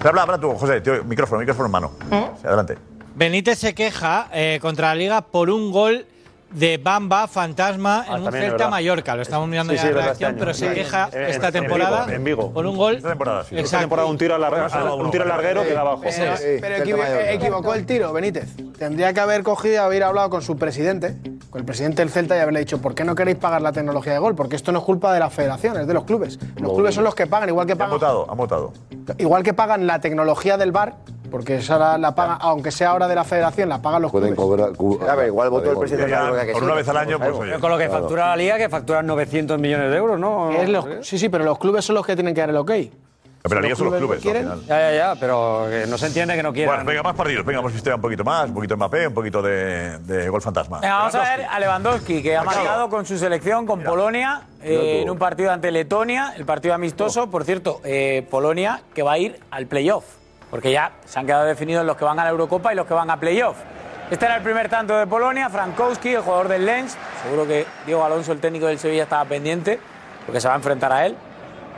Speaker 14: Habla, habla tú, José. Tío, micrófono, micrófono en mano.
Speaker 19: ¿Eh?
Speaker 14: Sí, adelante.
Speaker 1: Benítez se queja eh, contra la Liga por un gol de Bamba fantasma en un
Speaker 14: también es
Speaker 1: Celta
Speaker 14: verdad.
Speaker 1: Mallorca. Lo estamos mirando
Speaker 14: Sí,
Speaker 1: ya
Speaker 14: sí,
Speaker 1: en
Speaker 14: es
Speaker 1: la
Speaker 14: verdad, este
Speaker 1: reacción,
Speaker 14: año.
Speaker 1: pero se
Speaker 14: Sí.
Speaker 1: queja
Speaker 14: En-
Speaker 1: esta
Speaker 14: en
Speaker 1: temporada
Speaker 14: Vigo, en Vigo.
Speaker 1: por un gol.
Speaker 14: Esta temporada, sí.
Speaker 1: Exacto.
Speaker 14: Esta temporada un tiro a la red, un tiro al larguero que daba
Speaker 18: Pero,
Speaker 14: José.
Speaker 18: pero equivo- equivocó el tiro, Benítez. Tendría que haber cogido, haber hablado con su presidente, con el presidente del Celta, y haberle dicho, ¿por qué no queréis pagar la tecnología de gol? Porque esto no es culpa de la federación, es de los clubes. Los
Speaker 14: No.
Speaker 18: clubes son los que pagan, igual que
Speaker 14: Han
Speaker 18: pagan,
Speaker 14: votado, han votado.
Speaker 18: igual que pagan la tecnología del bar, porque esa la, la paga, aunque sea ahora de la federación, la pagan los
Speaker 10: Pueden
Speaker 18: clubes.
Speaker 10: cobrar.
Speaker 18: A ver, igual votó el presidente
Speaker 10: Vale,
Speaker 18: Mallorca que
Speaker 10: por
Speaker 18: sí.
Speaker 10: una vez al año, pues,
Speaker 18: oye.
Speaker 17: Pero con lo que
Speaker 18: Claro.
Speaker 17: factura la liga, que factura 900 millones de euros, ¿no?
Speaker 18: Es los- sí, sí, pero los clubes son los que tienen que dar el ok.
Speaker 14: Pero la liga son los
Speaker 18: clubes
Speaker 14: clubes,
Speaker 18: no quieren.
Speaker 14: ¿no? Al final.
Speaker 17: Ya, ya, ya, pero que no se entiende que no quieran.
Speaker 14: Bueno, venga, más partidos. Venga, pues hemos visto ya un poquito más, un poquito de Mbappé, un poquito de, de gol fantasma.
Speaker 12: Venga, vamos a ver a Lewandowski, que ha marcado con su selección, con Polonia, eh, en un partido ante Letonia, el partido amistoso. Por cierto, eh, Polonia que va a ir al playoff, porque ya se han quedado definidos los que van a la Eurocopa y los que van a playoff. Este era el primer tanto de Polonia, Frankowski, el jugador del Lens. Seguro que Diego Alonso, el técnico del Sevilla, estaba pendiente, porque se va a enfrentar a él.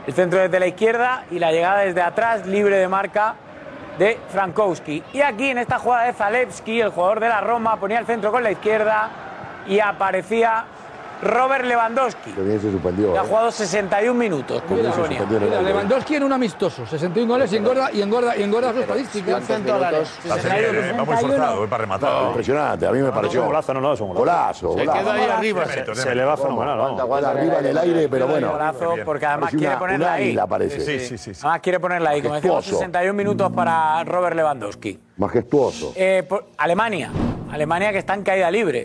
Speaker 12: El centro desde la izquierda y la llegada desde atrás, libre de marca de Frankowski. Y aquí en esta jugada de Zalewski, el jugador de la Roma, ponía el centro con la izquierda y aparecía Robert Lewandowski.
Speaker 10: Que bien se suspendió.
Speaker 12: que ha
Speaker 10: ¿eh?
Speaker 12: jugado 61 minutos con
Speaker 10: Mira,
Speaker 12: Polonia.
Speaker 10: mira,
Speaker 13: Mira, Lewandowski en un amistoso, 61 goles y engorda, y engorda, y engorda su estadística.
Speaker 10: La serie, eh, va muy forzado, eh, para rematar. Impresionante, a mí me pareció.
Speaker 14: golazo, no, no, es un
Speaker 10: golazo.
Speaker 14: Se
Speaker 10: golazo.
Speaker 14: queda ahí arriba, se- se le va fenomenal, vamos.
Speaker 10: Aguanta Arriba en el aire, pero bueno.
Speaker 12: Golazo, porque además
Speaker 10: Parece
Speaker 12: quiere
Speaker 10: una-
Speaker 12: ponerla
Speaker 10: un
Speaker 12: ahí.
Speaker 10: águila, parece. Sí, sí,
Speaker 12: Además quiere ponerla ahí. Como decimos,
Speaker 10: Majestuoso.
Speaker 12: 61 minutos para Robert Lewandowski.
Speaker 10: Majestuoso.
Speaker 12: Eh, por- Alemania. Alemania que está en caída libre.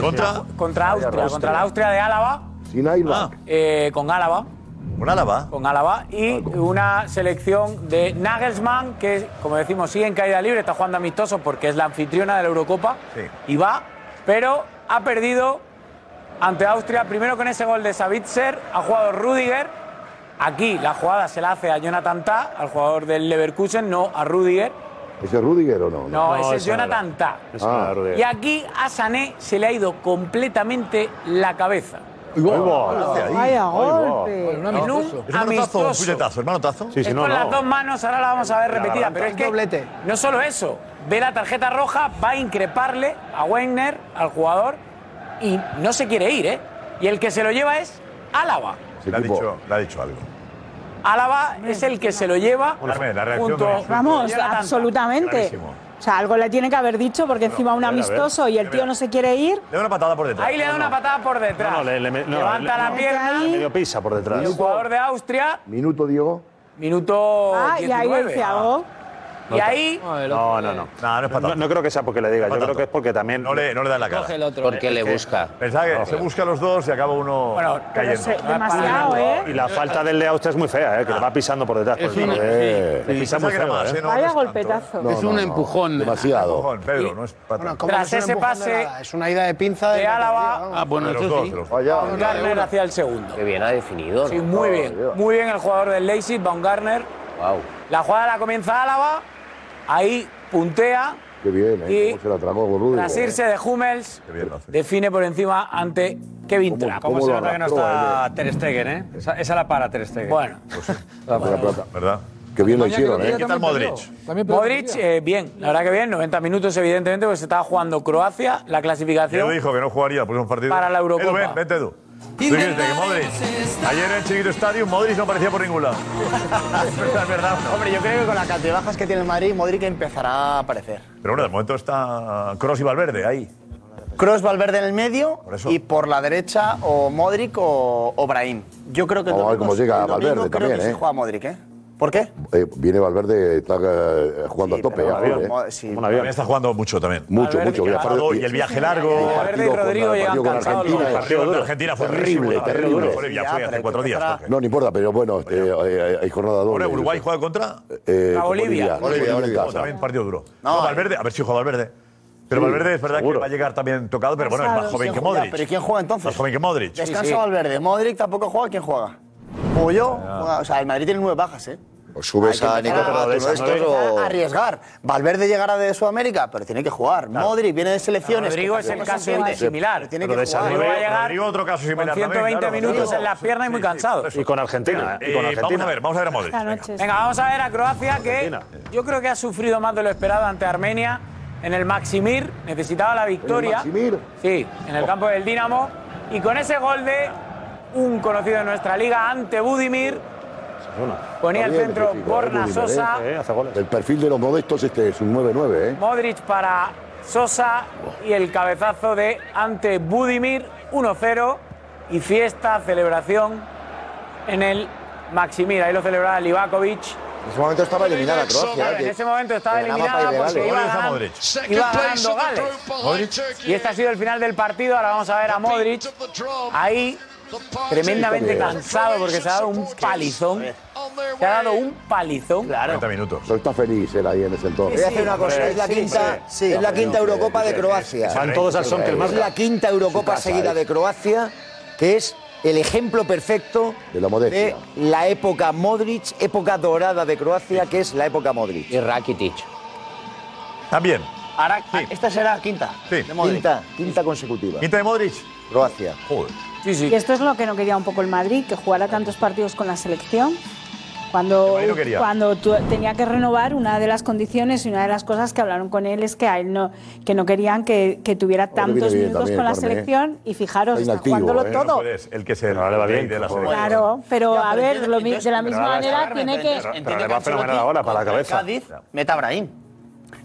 Speaker 10: ¿Contra?
Speaker 12: Contra Austria,
Speaker 10: racha.
Speaker 12: contra la Austria de Álava.
Speaker 10: Sin aislback.
Speaker 12: Eh, con Álava.
Speaker 14: Ah. ¿Con Álava? Ah,
Speaker 12: Con Álava. Y una selección de Nagelsmann, que como decimos sigue en caída libre, está jugando amistoso porque es la anfitriona de la Eurocopa. Y va, pero ha perdido ante Austria, primero con ese gol de Savitzer, ha jugado Rudiger. Aquí la jugada se la hace a Jonathan Tah, al jugador del Leverkusen, no a Rudiger.
Speaker 10: ¿Ese es Rudiger o no?
Speaker 12: No, ese es Jonathan Tah.
Speaker 10: Ah.
Speaker 12: Y aquí a Sané se le ha ido completamente la cabeza.
Speaker 8: Vaya
Speaker 12: golpe.
Speaker 8: golpe.
Speaker 12: En un
Speaker 14: Es un manotazo, un
Speaker 12: amistoso.
Speaker 14: puñetazo, hermano tazo.
Speaker 12: es con las dos manos, ahora la vamos a ver
Speaker 14: La
Speaker 12: repetida.
Speaker 14: garganta.
Speaker 12: Pero es que no solo eso, ve la tarjeta roja, va a increparle a Weiner, al jugador, y no se quiere ir, ¿eh? Y el que se lo lleva es Álava.
Speaker 14: Le ha, dicho, le ha dicho algo.
Speaker 12: Álava es el que se lo lleva
Speaker 14: Hombre, la reacción
Speaker 12: junto
Speaker 14: no es-
Speaker 8: Vamos,
Speaker 12: Jonathan Tah.
Speaker 8: absolutamente.
Speaker 12: Clarísimo.
Speaker 8: O sea, algo le tiene que haber dicho porque encima un
Speaker 14: a ver, a ver.
Speaker 8: amistoso y el tío no se quiere ir.
Speaker 14: Le da una patada por detrás.
Speaker 12: Ahí le da una patada por detrás.
Speaker 14: No, no, le, le- no,
Speaker 12: Levanta
Speaker 14: le-
Speaker 12: la
Speaker 14: no,
Speaker 12: pierna.
Speaker 14: le medio pisa por
Speaker 12: Y
Speaker 14: detrás.
Speaker 12: el jugador de Austria,
Speaker 10: Minuto, Diego.
Speaker 12: minuto
Speaker 8: Ah, y ahí
Speaker 12: 19.
Speaker 8: dice algo.
Speaker 12: Y ahí.
Speaker 14: No, no, no. No, no, no creo que sea porque le diga. Yo creo que es porque también. No le, no le da en la cara.
Speaker 11: Coge el otro. Porque le
Speaker 14: Es que
Speaker 11: busca.
Speaker 14: Pensaba que
Speaker 11: No,
Speaker 14: se
Speaker 11: claro.
Speaker 14: busca los dos y acaba uno cayendo. Ah,
Speaker 8: se- demasiado, ¿eh?
Speaker 14: Y la falta del de Austria es muy fea, ¿eh? que le va pisando por detrás.
Speaker 7: Es
Speaker 14: por el
Speaker 7: una-
Speaker 14: lado.
Speaker 7: sí,
Speaker 14: Le
Speaker 7: sí.
Speaker 14: pisa
Speaker 7: Pensaba
Speaker 14: muy
Speaker 7: que era
Speaker 14: feo.
Speaker 7: más,
Speaker 14: ¿eh?
Speaker 7: ¿eh?
Speaker 14: No,
Speaker 8: Vaya
Speaker 14: no,
Speaker 8: golpetazo.
Speaker 14: no, no, no.
Speaker 10: Demasiado.
Speaker 14: Empujón, Pedro, no es pata.
Speaker 18: Bueno, ¿eh? ¿cómo
Speaker 12: Tras
Speaker 18: no es un
Speaker 12: ese
Speaker 18: empujón de
Speaker 12: pase
Speaker 18: nada? Es una ida de pinza de.
Speaker 12: de Álava.
Speaker 18: vamos.
Speaker 12: Ah, bueno,
Speaker 14: De los
Speaker 12: eso
Speaker 14: dos,
Speaker 12: sí.
Speaker 14: de los
Speaker 10: Vaya,
Speaker 12: Baumgartner hacia el segundo.
Speaker 11: Que bien ha definido.
Speaker 12: Sí,
Speaker 11: ¿no?
Speaker 12: muy bien. Muy bien el jugador del Leipzig, Baumgartner. La jugada la comienza Álava, ahí puntea
Speaker 10: Qué bien, ¿eh?
Speaker 12: Y-
Speaker 10: ¿Cómo se la tramó Gorrudi?
Speaker 12: tras irse de Hummels, define por encima ante Kevin Trapp.
Speaker 10: cómo
Speaker 17: se nota que no está Ter Stegen, eh? Esa, esa la para Ter Stegen.
Speaker 12: Bueno.
Speaker 10: la plata. ¿Verdad? Qué bien lo hicieron, ¿eh?
Speaker 12: Modric, eh, bien, la verdad que bien, 90 minutos evidentemente, porque se estaba jugando Croacia, la
Speaker 2: Edu
Speaker 12: clasificación.
Speaker 2: dijo que no jugaría pues el próximo partido.
Speaker 12: Para la Eurocopa.
Speaker 2: Edu, ven, vente, Edu. ¿eh, Tú dijiste que Modric. Ayer en el Chiquito Stadium, Modric no aparecía por ningún lado.
Speaker 20: Es verdad. Hombre, yo creo que con las catebajas que tiene el Madrid, Modric empezará a aparecer.
Speaker 2: Pero bueno, de momento está Cross y Valverde ahí.
Speaker 20: Cross Valverde en el medio
Speaker 2: eso.
Speaker 20: y por la derecha o Modric o, o Brahim. Yo creo que el
Speaker 10: Vamos a ver
Speaker 20: domingo-
Speaker 10: cómo llega
Speaker 20: el domingo
Speaker 10: Valverde
Speaker 20: creo
Speaker 10: también,
Speaker 20: que se
Speaker 10: ¿eh?
Speaker 20: juega Modric, ¿eh? ¿Por qué?
Speaker 10: Eh, viene Valverde, está eh, jugando a tope.
Speaker 20: pero
Speaker 10: a
Speaker 20: Valverde,
Speaker 10: full,
Speaker 20: mo-
Speaker 10: ¿eh?
Speaker 20: sí. Como un avión.
Speaker 2: Está jugando mucho también.
Speaker 10: Mucho, mucho. voy a hacer-
Speaker 2: Y el viaje largo.
Speaker 10: Valverde y Rodrigo
Speaker 2: el partido
Speaker 10: llegan
Speaker 2: con
Speaker 10: cansados los
Speaker 2: Argentina. El
Speaker 10: dos.
Speaker 2: partido
Speaker 10: Partido
Speaker 2: contra
Speaker 10: duro.
Speaker 2: Argentina fue
Speaker 10: Terrible,
Speaker 2: durísimo,
Speaker 10: terrible.
Speaker 2: partido duro. Ya fue hace cuatro días. Jorge.
Speaker 10: No, no importa, pero bueno, este, eh, hay jornada doble.
Speaker 2: Ahora Uruguay juega contra
Speaker 10: Eh,
Speaker 2: a
Speaker 10: con
Speaker 2: Bolivia.
Speaker 10: Bolivia, en
Speaker 2: Oh,
Speaker 10: casa.
Speaker 2: También partido duro.
Speaker 20: eh.
Speaker 2: No, Valverde, a ver si juega Valverde. Pero
Speaker 10: Sí,
Speaker 2: Valverde es verdad
Speaker 10: seguro.
Speaker 2: que va a llegar también tocado, pero bueno, es
Speaker 20: Cansado,
Speaker 2: más joven
Speaker 20: ¿quién
Speaker 2: que
Speaker 20: juega?
Speaker 2: Modric.
Speaker 20: ¿Pero quién juega entonces?
Speaker 2: Más joven que Modric.
Speaker 20: Descansa Valverde. Modric tampoco juega. ¿Quién juega? O yo. O sea, el Madrid tiene nueve bajas, ¿eh?
Speaker 10: O subes a
Speaker 20: Nico
Speaker 10: Nicolás
Speaker 20: Fernández,
Speaker 10: Fernández,
Speaker 20: ¿no?
Speaker 10: ¿no?
Speaker 20: A arriesgar. Valverde llegará de Sudamérica, pero tiene que jugar. Modric viene de selecciones.
Speaker 12: Rodrigo
Speaker 20: que
Speaker 12: es el
Speaker 20: tampoco se
Speaker 12: caso
Speaker 20: entiende,
Speaker 12: similar.
Speaker 20: pero Tiene
Speaker 12: Pero de
Speaker 20: que jugar.
Speaker 12: Rodrigo va a llegar
Speaker 2: Rodrigo otro caso similar
Speaker 12: con
Speaker 2: también,
Speaker 12: 120
Speaker 2: claro,
Speaker 12: minutos
Speaker 2: claro.
Speaker 12: en las piernas y muy cansado.
Speaker 2: Y con Argentina.
Speaker 14: Eh,
Speaker 12: y con Argentina.
Speaker 2: Vamos a ver, vamos a ver a Modric.
Speaker 12: Venga, vamos a ver a Croacia que yo creo que ha sufrido más de lo esperado ante Armenia en el Maximir, necesitaba la victoria. Sí, en el campo del Dinamo y con ese gol de un conocido de nuestra liga ante Budimir ponía el
Speaker 10: Está bien,
Speaker 12: centro
Speaker 10: México, eh,
Speaker 12: Borna
Speaker 10: Budimir, ¿eh?
Speaker 12: Sosa,
Speaker 10: El perfil de los modestos este es un 9-9, ¿eh?
Speaker 12: Modric para Sosa y el cabezazo de ante Budimir 1-0 y fiesta, celebración en el Maximir. Ahí lo celebraba Livakovic.
Speaker 15: En ese momento estaba eliminada Croacia.
Speaker 12: Claro, en ese momento estaba eliminada porque iba, ganan- iba ganando Gales. Y este ha sido el final del partido. Ahora vamos a ver a Modric. Ahí, tremendamente
Speaker 2: Sí, también.
Speaker 12: cansado porque se ha dado un palizón. Se ha dado un palizón.
Speaker 2: 90 minutos.
Speaker 10: Pero está feliz él ahí en ese entorno.
Speaker 15: Voy a hacer una cosa, es la quinta, es la quinta Eurocopa de Croacia.
Speaker 10: Van todos al son que el
Speaker 15: Es la
Speaker 10: marca.
Speaker 15: quinta Eurocopa
Speaker 10: Su casa,
Speaker 15: seguida
Speaker 10: eh.
Speaker 15: de Croacia, que es el ejemplo perfecto
Speaker 10: De la modestia.
Speaker 15: de la época Modric, época dorada de Croacia, que es la época Modric. Y
Speaker 20: Rakitic.
Speaker 2: También.
Speaker 20: Ahora, ah, esta será la quinta.
Speaker 2: Sí.
Speaker 20: de Modric.
Speaker 15: Quinta, quinta consecutiva.
Speaker 2: ¿Quinta de Modric?
Speaker 15: Croacia.
Speaker 2: Joder. Sí,
Speaker 12: sí.
Speaker 8: Y esto es lo que no quería un poco el Madrid, que jugara tantos partidos con la selección. Cuando,
Speaker 2: Madrid no quería.
Speaker 8: cuando tu- tenía que renovar, una de las condiciones y una de las cosas que hablaron con él es que a él no, que no querían que, que tuviera
Speaker 2: le viene
Speaker 8: tantos
Speaker 2: bien
Speaker 8: minutos
Speaker 2: también,
Speaker 8: con la
Speaker 2: Carmen, ¿eh?
Speaker 8: selección. Y fijaros, está
Speaker 2: inactivo,
Speaker 8: jugándolo
Speaker 2: ¿eh? No
Speaker 8: todo.
Speaker 2: puedes, el que se le va bien de la selección.
Speaker 8: Claro, pero a
Speaker 20: pero
Speaker 8: ver,
Speaker 20: entiendo-
Speaker 8: lo mi- de la
Speaker 20: entonces-
Speaker 8: misma manera
Speaker 20: Carmen,
Speaker 8: tiene que.
Speaker 20: entiendo-
Speaker 2: Pero-
Speaker 20: entiendo
Speaker 2: pero le
Speaker 20: que
Speaker 2: va fenomenal
Speaker 20: Ancelotti
Speaker 2: ahora para la
Speaker 20: contra el
Speaker 2: cabeza.
Speaker 20: Cádiz, meta a Brahim.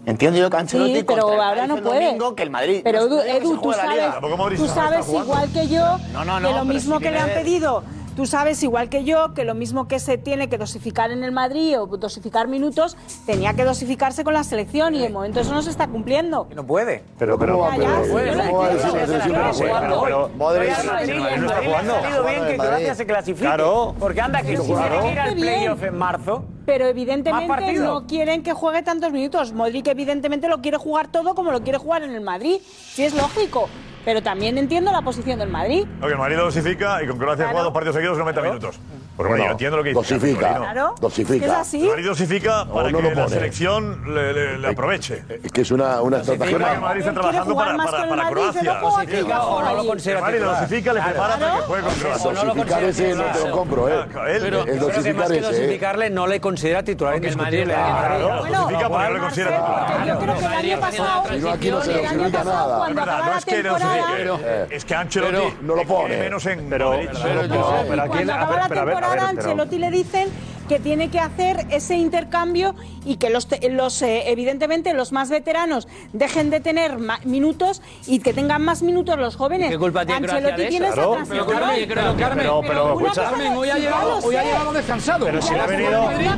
Speaker 20: Entiendo yo que Ancelotti
Speaker 8: Sí, pero
Speaker 20: contra el
Speaker 8: ahora
Speaker 20: Cádiz
Speaker 8: no
Speaker 20: el
Speaker 8: puede.
Speaker 20: domingo, que el Madrid.
Speaker 8: Pero
Speaker 20: los
Speaker 8: Edu,
Speaker 20: primeros que
Speaker 8: Edu,
Speaker 20: se
Speaker 8: tú
Speaker 20: juega la liga.
Speaker 8: sabes, tú sabes igual que yo
Speaker 20: No, no, no,
Speaker 8: que
Speaker 20: pero
Speaker 8: lo mismo
Speaker 20: si
Speaker 8: que le han
Speaker 20: tiene-
Speaker 8: pedido. Tú sabes igual que yo que lo mismo que se tiene que dosificar en el Madrid o dosificar minutos, tenía que dosificarse con la selección y de momento eso no se está cumpliendo.
Speaker 12: No puede.
Speaker 17: Pero, pero,
Speaker 8: Ya, ya, sí,
Speaker 17: pero-
Speaker 8: yo lo
Speaker 17: ¿cómo va a decir
Speaker 8: entiendo,
Speaker 17: la
Speaker 8: pero
Speaker 17: selección que no
Speaker 8: está
Speaker 17: juega?
Speaker 8: jugando hoy.
Speaker 17: Pero-
Speaker 8: Madrid-
Speaker 17: pero-
Speaker 8: Madrid-
Speaker 17: pero-
Speaker 8: Madrid
Speaker 17: no está jugando.
Speaker 12: Ha salido bien que Croacia se clasifique.
Speaker 17: Claro.
Speaker 12: Porque anda que
Speaker 17: Pero
Speaker 12: si se
Speaker 17: claro.
Speaker 12: quiere ir al
Speaker 8: Qué bien.
Speaker 12: playoff en marzo.
Speaker 8: Pero
Speaker 12: Más
Speaker 8: evidentemente
Speaker 12: partido.
Speaker 8: no quieren que juegue tantos minutos. Modric evidentemente lo quiere jugar todo como lo quiere jugar en el Madrid, si es lógico. Pero también entiendo la posición del Madrid.
Speaker 2: No, que el Madrid lo dosifica y con Croacia juega dos partidos seguidos 90 minutos. Pues bueno, yo entiendo lo que dice.
Speaker 10: dosifica.
Speaker 2: Marino.
Speaker 8: Claro.
Speaker 10: Dosifica.
Speaker 8: Es así.
Speaker 2: El Madrid dosifica para
Speaker 10: no
Speaker 2: que
Speaker 10: lo
Speaker 2: la
Speaker 10: pone.
Speaker 2: selección le, le- le aproveche.
Speaker 10: Es que es una, una
Speaker 2: Yo creo que
Speaker 10: estrategia.
Speaker 2: el Madrid está
Speaker 8: Él quiere
Speaker 2: trabajando
Speaker 8: jugar
Speaker 2: para,
Speaker 8: más
Speaker 2: para,
Speaker 8: con el
Speaker 2: para
Speaker 8: Madrid,
Speaker 2: Croacia.
Speaker 8: yo no juego
Speaker 2: Dosifica.
Speaker 8: aquí,
Speaker 2: o no lo
Speaker 8: allí.
Speaker 2: considera El Madrid lo
Speaker 8: titular.
Speaker 2: dosifica, le prepara para que juegue con Croacia.
Speaker 10: Dosificar ese no te lo compro, ¿eh?
Speaker 17: Pero
Speaker 10: El
Speaker 17: creo que más
Speaker 10: dosificar
Speaker 17: que
Speaker 10: ese. ¿eh?
Speaker 17: dosificarle no le considera titular indiscutible. ¿eh?
Speaker 2: Dosifica porque no le considera titular.
Speaker 8: Yo creo que el año pasado,
Speaker 10: Si no, aquí no se
Speaker 8: el año
Speaker 10: dosifica
Speaker 8: pasado,
Speaker 10: nada.
Speaker 8: cuando acaba la
Speaker 2: Es que no eh,
Speaker 8: temporada,
Speaker 2: Es que Ancelotti
Speaker 10: Pero- no lo
Speaker 2: le quiere
Speaker 10: pone.
Speaker 2: menos en
Speaker 14: Pero,
Speaker 2: Madrid.
Speaker 14: pero, yo- pero aquí-
Speaker 8: cuando
Speaker 14: a
Speaker 8: acaba
Speaker 14: ver,
Speaker 8: la
Speaker 14: pero a ver, a ver,
Speaker 8: temporada,
Speaker 14: pero-
Speaker 8: Ancelotti le dicen que tiene que hacer ese intercambio y que los, te- los eh, evidentemente los más veteranos dejen de tener ma- minutos y que tengan más minutos los jóvenes.
Speaker 19: ¿Qué culpa tiene Croacia
Speaker 8: Ancelotti
Speaker 19: de
Speaker 8: tiene
Speaker 19: eso?
Speaker 8: esa
Speaker 19: Claro.
Speaker 8: transición.
Speaker 19: Pero, Carmen, yo creo que-
Speaker 8: pero,
Speaker 19: Pero, pero,
Speaker 8: una
Speaker 19: escucha.
Speaker 8: cosa
Speaker 19: Carmen, hoy ha
Speaker 8: sí,
Speaker 19: llegado-
Speaker 8: ya lo
Speaker 19: hoy ha
Speaker 8: sé.
Speaker 19: llegado
Speaker 13: descansado.
Speaker 14: Pero si le ha venido.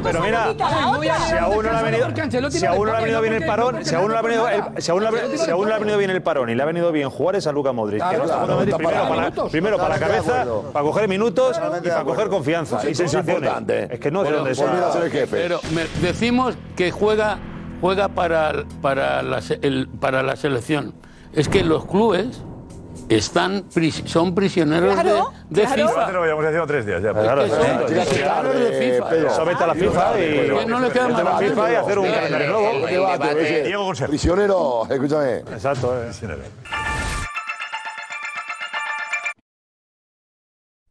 Speaker 14: Pero mira, si a uno le ha venido, si a uno le ha venido bien el parón, si a uno le ha venido, el- si a uno le ha venido- si a uno le ha venido bien el parón y le ha venido bien jugar es a Luca Modric. que
Speaker 10: Claro,
Speaker 14: no está jugando
Speaker 10: claro,
Speaker 14: Modric
Speaker 10: está
Speaker 14: primero
Speaker 10: para-
Speaker 14: para,
Speaker 10: minutos.
Speaker 14: primero para la
Speaker 10: Totalmente de
Speaker 14: cabeza,
Speaker 10: acuerdo.
Speaker 14: para coger minutos
Speaker 10: Totalmente
Speaker 14: y
Speaker 10: de
Speaker 14: para
Speaker 10: acuerdo.
Speaker 14: coger confianza
Speaker 10: Sí,
Speaker 14: y
Speaker 10: sí, es
Speaker 14: sensaciones.
Speaker 10: importante.
Speaker 14: Es que no es
Speaker 10: Bueno,
Speaker 14: donde
Speaker 10: volviendo a
Speaker 14: está.
Speaker 10: ser el jefe.
Speaker 7: Pero me- decimos que juega, juega para, para, la, se- el- para la selección. Es que los clubes están pris- son prisioneros
Speaker 2: Claro,
Speaker 7: de, de
Speaker 2: claro.
Speaker 7: FIFA.
Speaker 2: Te lo habíamos decidido tres días ya. pues
Speaker 7: Es que
Speaker 2: Claro,
Speaker 7: son
Speaker 2: claro.
Speaker 7: prisioneros de
Speaker 2: Eh,
Speaker 7: FIFA.
Speaker 2: Pedro,
Speaker 14: Somete a la FIFA y.
Speaker 2: ¿Por qué no le queda más
Speaker 14: a la
Speaker 2: remedio?
Speaker 14: FIFA y hacer un
Speaker 2: El-
Speaker 14: calendario
Speaker 2: el-
Speaker 14: nuevo.
Speaker 2: el- el debate
Speaker 10: ese.
Speaker 2: Diego Conserva.
Speaker 10: Prisionero, escúchame.
Speaker 14: Exacto, eh.